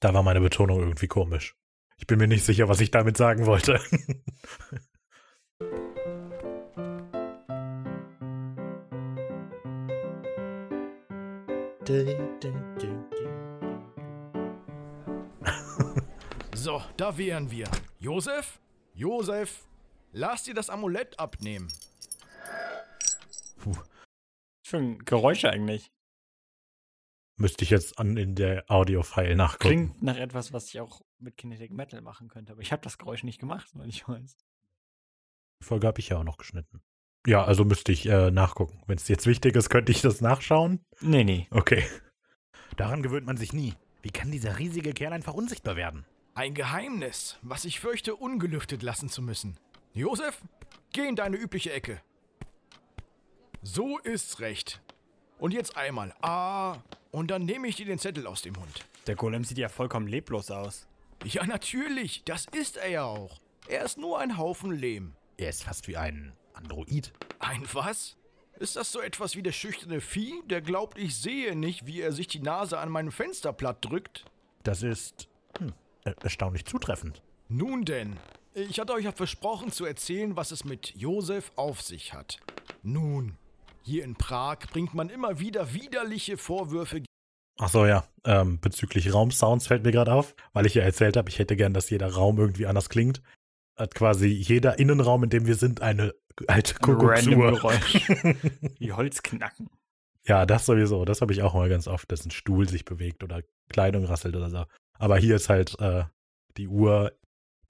Speaker 2: Da war meine Betonung irgendwie komisch. Ich bin mir nicht sicher, was ich damit sagen wollte.
Speaker 8: So, da wären wir. Josef? Josef? Lass dir das Amulett abnehmen.
Speaker 1: Für ein Geräusch eigentlich.
Speaker 2: Müsste ich jetzt an in der Audio-File nachgucken.
Speaker 1: Klingt nach etwas, was ich auch mit Kinetic Metal machen könnte, aber ich habe das Geräusch nicht gemacht, weil ich weiß.
Speaker 2: Die Folge habe ich ja auch noch geschnitten. Ja, also müsste ich äh, nachgucken. Wenn es jetzt wichtig ist, könnte ich das nachschauen.
Speaker 1: Nee, nee.
Speaker 2: Okay. Daran gewöhnt man sich nie. Wie kann dieser riesige Kerl einfach unsichtbar werden?
Speaker 8: Ein Geheimnis, was ich fürchte, ungelüftet lassen zu müssen. Josef, geh in deine übliche Ecke. So ist's recht. Und jetzt einmal Ah, und dann nehme ich dir den Zettel aus dem Mund.
Speaker 1: Der Golem sieht ja vollkommen leblos aus.
Speaker 8: Ja, natürlich, das ist er ja auch. Er ist nur ein Haufen Lehm.
Speaker 2: Er ist fast wie ein Android.
Speaker 8: Ein was? Ist das so etwas wie der schüchterne Vieh, der glaubt, ich sehe nicht, wie er sich die Nase an meinem Fensterblatt drückt?
Speaker 2: Das ist hm, er- erstaunlich zutreffend.
Speaker 8: Nun denn, ich hatte euch ja versprochen zu erzählen, was es mit Josef auf sich hat. Nun, hier in Prag bringt man immer wieder widerliche Vorwürfe.
Speaker 2: Ach so, ja. Ähm, bezüglich Raumsounds fällt mir gerade auf, weil ich ja erzählt habe, ich hätte gern, dass jeder Raum irgendwie anders klingt. Hat quasi jeder Innenraum, in dem wir sind, eine alte Kuckucksuhr.
Speaker 1: Geräusch. Wie Holzknacken.
Speaker 2: Ja, das sowieso. Das habe ich auch mal ganz oft, dass ein Stuhl sich bewegt oder Kleidung rasselt oder so. Aber hier ist halt äh, die Uhr,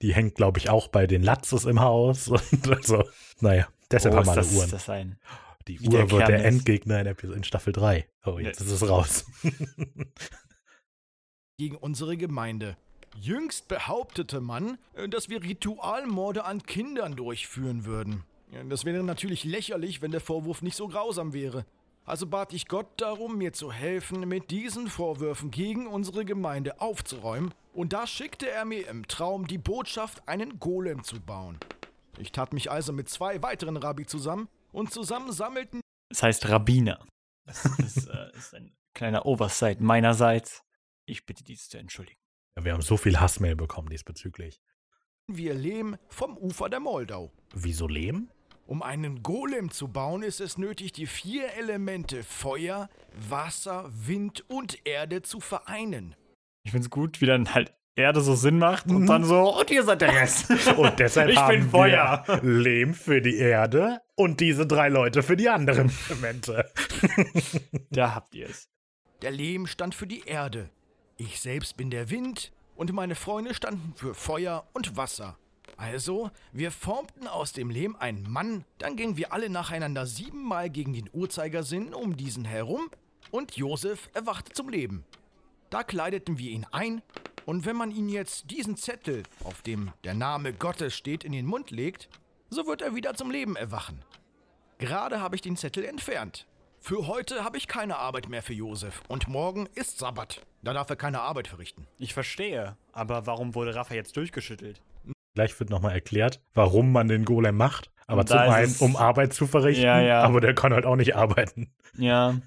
Speaker 2: die hängt, glaube ich, auch bei den Latzes im Haus. Und also, naja, deshalb
Speaker 1: Oh,
Speaker 2: haben
Speaker 1: ist
Speaker 2: wir alle
Speaker 1: das,
Speaker 2: Uhren.
Speaker 1: das ein.
Speaker 2: die
Speaker 1: wie der
Speaker 2: Uhr wird
Speaker 1: Kern
Speaker 2: der
Speaker 1: ist.
Speaker 2: Endgegner in, Episode, in Staffel 3. Oh, jetzt ist es raus.
Speaker 8: gegen unsere Gemeinde. Jüngst behauptete man, äh, dass wir Ritualmorde an Kindern durchführen würden. Ja, Das wäre natürlich lächerlich, wenn der Vorwurf nicht so grausam wäre. Also bat ich Gott darum, mir zu helfen, mit diesen Vorwürfen gegen unsere Gemeinde aufzuräumen, und da schickte er mir im Traum die Botschaft, einen Golem zu bauen. Ich tat mich also mit zwei weiteren Rabbi zusammen, und zusammen sammelten
Speaker 1: Es heißt Rabbiner. Das, das äh, ist ein kleiner Oversight meinerseits. Ich bitte dies zu entschuldigen.
Speaker 2: Ja, wir haben so viel Hassmail bekommen diesbezüglich.
Speaker 8: wir Lehm vom Ufer der Moldau.
Speaker 2: Wieso Lehm?
Speaker 8: Um einen Golem zu bauen, ist es nötig, die vier Elemente Feuer, Wasser, Wind und Erde zu vereinen.
Speaker 1: Ich find's gut, wie dann halt Erde so Sinn macht
Speaker 2: Mhm.
Speaker 1: und dann so, und ihr seid der Rest.
Speaker 2: Und deshalb
Speaker 1: Ich
Speaker 2: haben
Speaker 1: bin Feuer.
Speaker 2: wir Lehm für die Erde und diese drei Leute für die anderen Elemente.
Speaker 1: da habt ihr es.
Speaker 8: Der Lehm stand für die Erde. Ich selbst bin der Wind und meine Freunde standen für Feuer und Wasser. Also, wir formten aus dem Lehm einen Mann, dann gingen wir alle nacheinander siebenmal gegen den Uhrzeigersinn um diesen herum und Josef erwachte zum Leben. Da kleideten wir ihn ein und wenn man ihn jetzt diesen Zettel, auf dem der Name Gottes steht, in den Mund legt, so wird er wieder zum Leben erwachen. Gerade habe ich den Zettel entfernt. Für heute habe ich keine Arbeit mehr für Josef und morgen ist Sabbat. Da darf er keine Arbeit verrichten.
Speaker 1: Ich verstehe. Aber warum wurde Rafa jetzt durchgeschüttelt?
Speaker 2: Gleich wird nochmal erklärt, warum man den Golem macht. Aber
Speaker 1: Und
Speaker 2: zum
Speaker 1: da ist
Speaker 2: einen,
Speaker 1: es-
Speaker 2: um Arbeit zu verrichten,
Speaker 1: Ja, ja.
Speaker 2: aber der kann halt auch nicht arbeiten.
Speaker 1: Ja.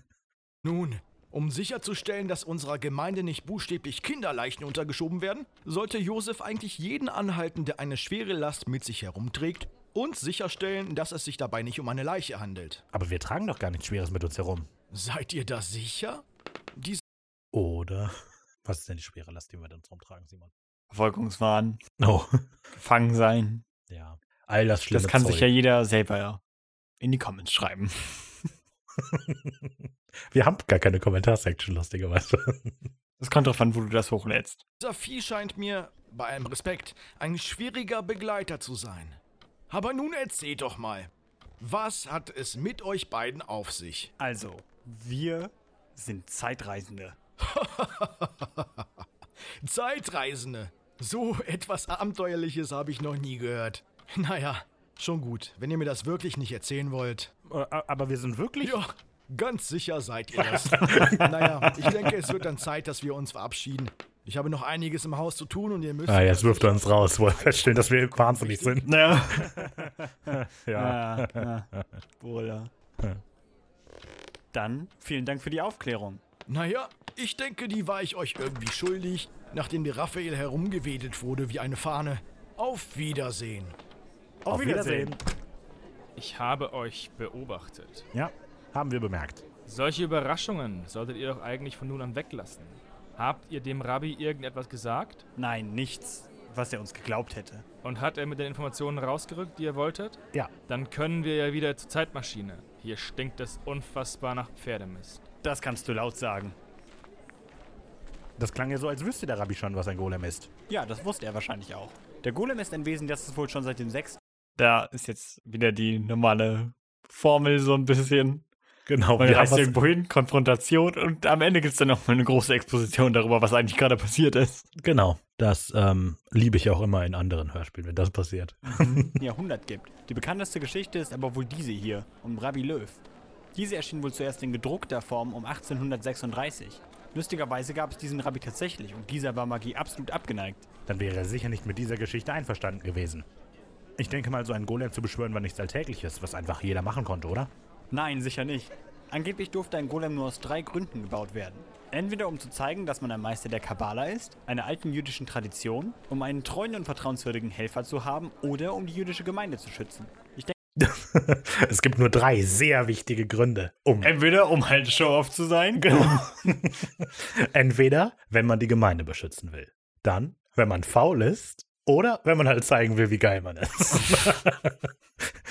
Speaker 8: Nun, um sicherzustellen, dass unserer Gemeinde nicht buchstäblich Kinderleichen untergeschoben werden, sollte Josef eigentlich jeden anhalten, der eine schwere Last mit sich herumträgt, und sicherstellen, dass es sich dabei nicht um eine Leiche handelt.
Speaker 2: Aber wir tragen doch gar nichts Schweres mit uns herum.
Speaker 8: Seid ihr da sicher? Diese
Speaker 2: Oder? Was ist denn die schwere Last, die wir mit uns rumtragen, Simon?
Speaker 1: Verfolgungswahn,
Speaker 2: Oh,
Speaker 1: gefangen sein.
Speaker 2: ja. All das schlimme
Speaker 1: Das kann
Speaker 2: Zeug.
Speaker 1: sich ja jeder selber in die Comments schreiben.
Speaker 2: wir haben gar keine Kommentarsection, lustigerweise.
Speaker 1: Das kommt drauf an, wo du das hochlädst.
Speaker 8: Dieser Vieh scheint mir, bei allem Respekt, ein schwieriger Begleiter zu sein. Aber nun erzählt doch mal, was hat es mit euch beiden auf sich?
Speaker 1: Also, wir sind Zeitreisende.
Speaker 8: Zeitreisende. So etwas Abenteuerliches habe ich noch nie gehört. Naja, schon gut, wenn ihr mir das wirklich nicht erzählen wollt.
Speaker 2: Aber wir sind wirklich.
Speaker 8: Ja, ganz sicher seid ihr das. naja, ich denke, es wird dann Zeit, dass wir uns verabschieden. Ich habe noch einiges im Haus zu tun und ihr müsst.
Speaker 2: Ah, jetzt wirft er uns raus, wo wir feststellen, dass wir wahnsinnig sind.
Speaker 1: Naja.
Speaker 2: Ja.
Speaker 1: Ja, ja. Bruder. Dann vielen Dank für die Aufklärung.
Speaker 8: Naja, ich denke, die war ich euch irgendwie schuldig, nachdem der Raphael herumgewedelt wurde wie eine Fahne. Auf Wiedersehen.
Speaker 1: Auf,
Speaker 9: Ich habe euch beobachtet.
Speaker 2: Ja, haben wir bemerkt.
Speaker 9: Solche Überraschungen solltet ihr doch eigentlich von nun an weglassen. Habt ihr dem Rabbi irgendetwas gesagt?
Speaker 1: Nein, nichts, was er uns geglaubt hätte.
Speaker 9: Und hat er mit den Informationen rausgerückt, die ihr wolltet?
Speaker 2: Ja.
Speaker 9: Dann können wir ja wieder zur Zeitmaschine. Hier stinkt es unfassbar nach Pferdemist.
Speaker 1: Das kannst du laut sagen.
Speaker 2: Das klang ja so, als wüsste der Rabbi schon, was ein Golem ist.
Speaker 1: Ja, das wusste er wahrscheinlich auch. Der Golem ist ein Wesen, das es wohl schon seit dem 6. Da ist jetzt wieder die normale Formel so ein bisschen.
Speaker 2: Genau,
Speaker 1: Man
Speaker 2: wir haben
Speaker 1: reist
Speaker 2: was,
Speaker 1: irgendwo hin, Konfrontation und am Ende gibt es dann nochmal eine große Exposition darüber, was eigentlich gerade passiert ist.
Speaker 2: genau. Das ähm, liebe ich auch immer in anderen Hörspielen, wenn das passiert.
Speaker 1: Jahrhundert gibt. Die bekannteste Geschichte ist aber wohl diese hier, um Rabbi Löw. Diese erschien wohl zuerst in gedruckter Form um 1836. Lustigerweise gab es diesen Rabbi tatsächlich und dieser war Magie absolut abgeneigt.
Speaker 2: Dann wäre er sicher nicht mit dieser Geschichte einverstanden gewesen. Ich denke mal, so einen Golem zu beschwören war nichts Alltägliches, was einfach jeder machen konnte, oder?
Speaker 1: Nein, sicher nicht. Angeblich durfte ein Golem nur aus drei Gründen gebaut werden. Entweder um zu zeigen, dass man ein Meister der Kabbala ist, einer alten jüdischen Tradition, um einen treuen und vertrauenswürdigen Helfer zu haben oder um die jüdische Gemeinde zu schützen. Ich denke,
Speaker 2: es gibt nur drei sehr wichtige Gründe, um
Speaker 1: entweder um halt Show-Off zu sein, genau.
Speaker 2: Entweder, wenn man die Gemeinde beschützen will. Dann, wenn man faul ist. Oder wenn man halt zeigen will, wie geil man ist.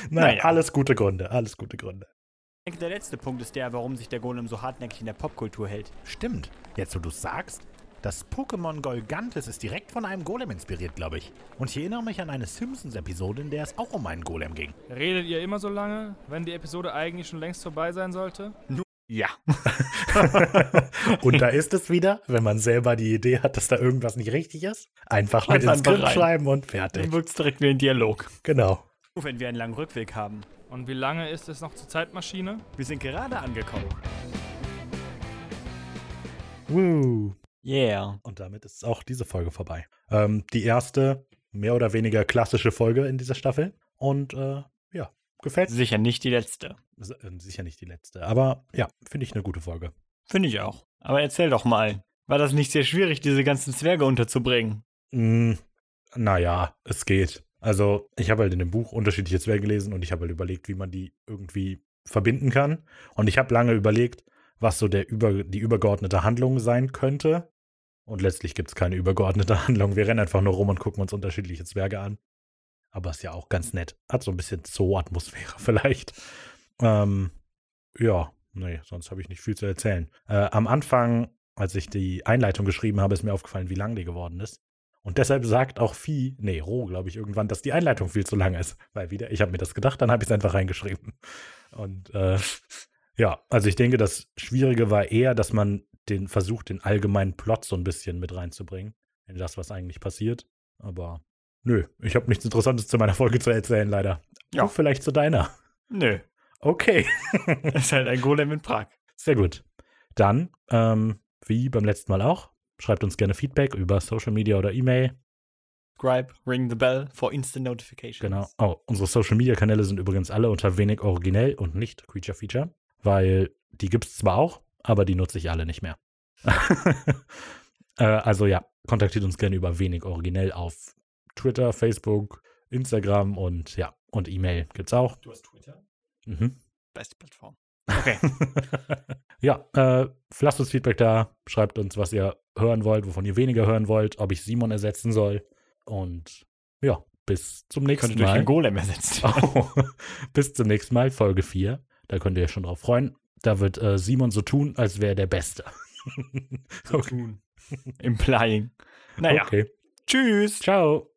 Speaker 2: naja,
Speaker 1: Naja.
Speaker 2: alles gute Gründe, alles gute Gründe.
Speaker 1: Ich denke, der letzte Punkt ist der, warum sich der Golem so hartnäckig in der Popkultur hält.
Speaker 2: Stimmt. Jetzt, wo du sagst, das Pokémon Golgantes ist direkt von einem Golem inspiriert, glaube ich. Und ich erinnere mich an eine Simpsons-Episode, in der es auch um einen Golem ging.
Speaker 9: Redet ihr immer so lange, wenn die Episode eigentlich schon längst vorbei sein sollte?
Speaker 1: Ja.
Speaker 2: Und da ist es wieder, wenn man selber die Idee hat, dass da irgendwas nicht richtig ist, einfach
Speaker 1: Schreib's
Speaker 2: mit ins
Speaker 1: einfach
Speaker 2: Skript
Speaker 1: rein.
Speaker 2: schreiben und
Speaker 1: Dann
Speaker 2: fertig.
Speaker 1: wirkt es direkt wie ein Dialog.
Speaker 2: Genau.
Speaker 1: Wenn wir einen langen Rückweg haben.
Speaker 9: Und wie lange ist es noch zur Zeitmaschine?
Speaker 1: Wir sind gerade angekommen.
Speaker 2: Woo.
Speaker 1: Yeah.
Speaker 2: Und damit ist auch diese Folge vorbei. Ähm, die erste, mehr oder weniger klassische Folge in dieser Staffel. Und äh, ja, gefällt mir.
Speaker 1: Sicher nicht die letzte.
Speaker 2: Sicher nicht die letzte, aber ja, finde ich eine gute Folge.
Speaker 1: Finde ich auch. Aber erzähl doch mal. War das nicht sehr schwierig, diese ganzen Zwerge unterzubringen?
Speaker 2: Mm, naja, Hm, es geht. Also, ich habe halt in dem Buch unterschiedliche Zwerge gelesen und ich habe halt überlegt, wie man die irgendwie verbinden kann. Und ich habe lange überlegt, was so der über, die übergeordnete Handlung sein könnte. Und letztlich gibt es keine übergeordnete Handlung. Wir rennen einfach nur rum und gucken uns unterschiedliche Zwerge an. Aber ist ja auch ganz nett. Hat so ein bisschen Zoo-Atmosphäre vielleicht. Ähm, ja, nee, sonst habe ich nicht viel zu erzählen. Äh, am Anfang, als ich die Einleitung geschrieben habe, ist mir aufgefallen, wie lang die geworden ist. Und deshalb sagt auch Vieh, nee, Roh, glaube ich, irgendwann, dass die Einleitung viel zu lang ist. Weil wieder, ich habe mir das gedacht, dann habe ich es einfach reingeschrieben. Und äh, ja, also ich denke, das Schwierige war eher, dass man den versucht, den allgemeinen Plot so ein bisschen mit reinzubringen. In das, was eigentlich passiert. Aber nö, ich habe nichts Interessantes zu meiner Folge zu erzählen, leider.
Speaker 1: Ja.
Speaker 2: Auch vielleicht zu deiner.
Speaker 1: Nö,
Speaker 2: Okay.
Speaker 1: ist halt ein Golem in Prag.
Speaker 2: Sehr gut. Dann, ähm, wie beim letzten Mal auch, schreibt uns gerne Feedback über Social Media oder E-Mail.
Speaker 1: Subscribe, ring the bell for instant notifications.
Speaker 2: Genau. Oh, unsere Social Media Kanäle sind übrigens alle unter wenig originell und nicht Creature Feature, weil die gibt es zwar auch, aber die nutze ich alle nicht mehr. äh, also ja, kontaktiert uns gerne über wenig originell auf Twitter, Facebook, Instagram und ja, und E-Mail gibt's auch.
Speaker 1: Du hast Twitter?
Speaker 2: Mhm.
Speaker 1: Beste Plattform.
Speaker 2: ja, äh, lasst uns Feedback da, schreibt uns, was ihr hören wollt, wovon ihr weniger hören wollt, ob ich Simon ersetzen soll. Und ja, bis zum nächsten
Speaker 1: Könnte durch
Speaker 2: Mal.
Speaker 1: einen Golem ersetzt werden.
Speaker 2: Oh, bis zum nächsten Mal, Folge 4. Da könnt ihr euch schon drauf freuen. Da wird äh, Simon so tun, als wäre er der Beste.
Speaker 1: So tun. Implying. Naja.
Speaker 2: Okay.
Speaker 1: Tschüss.
Speaker 2: Ciao.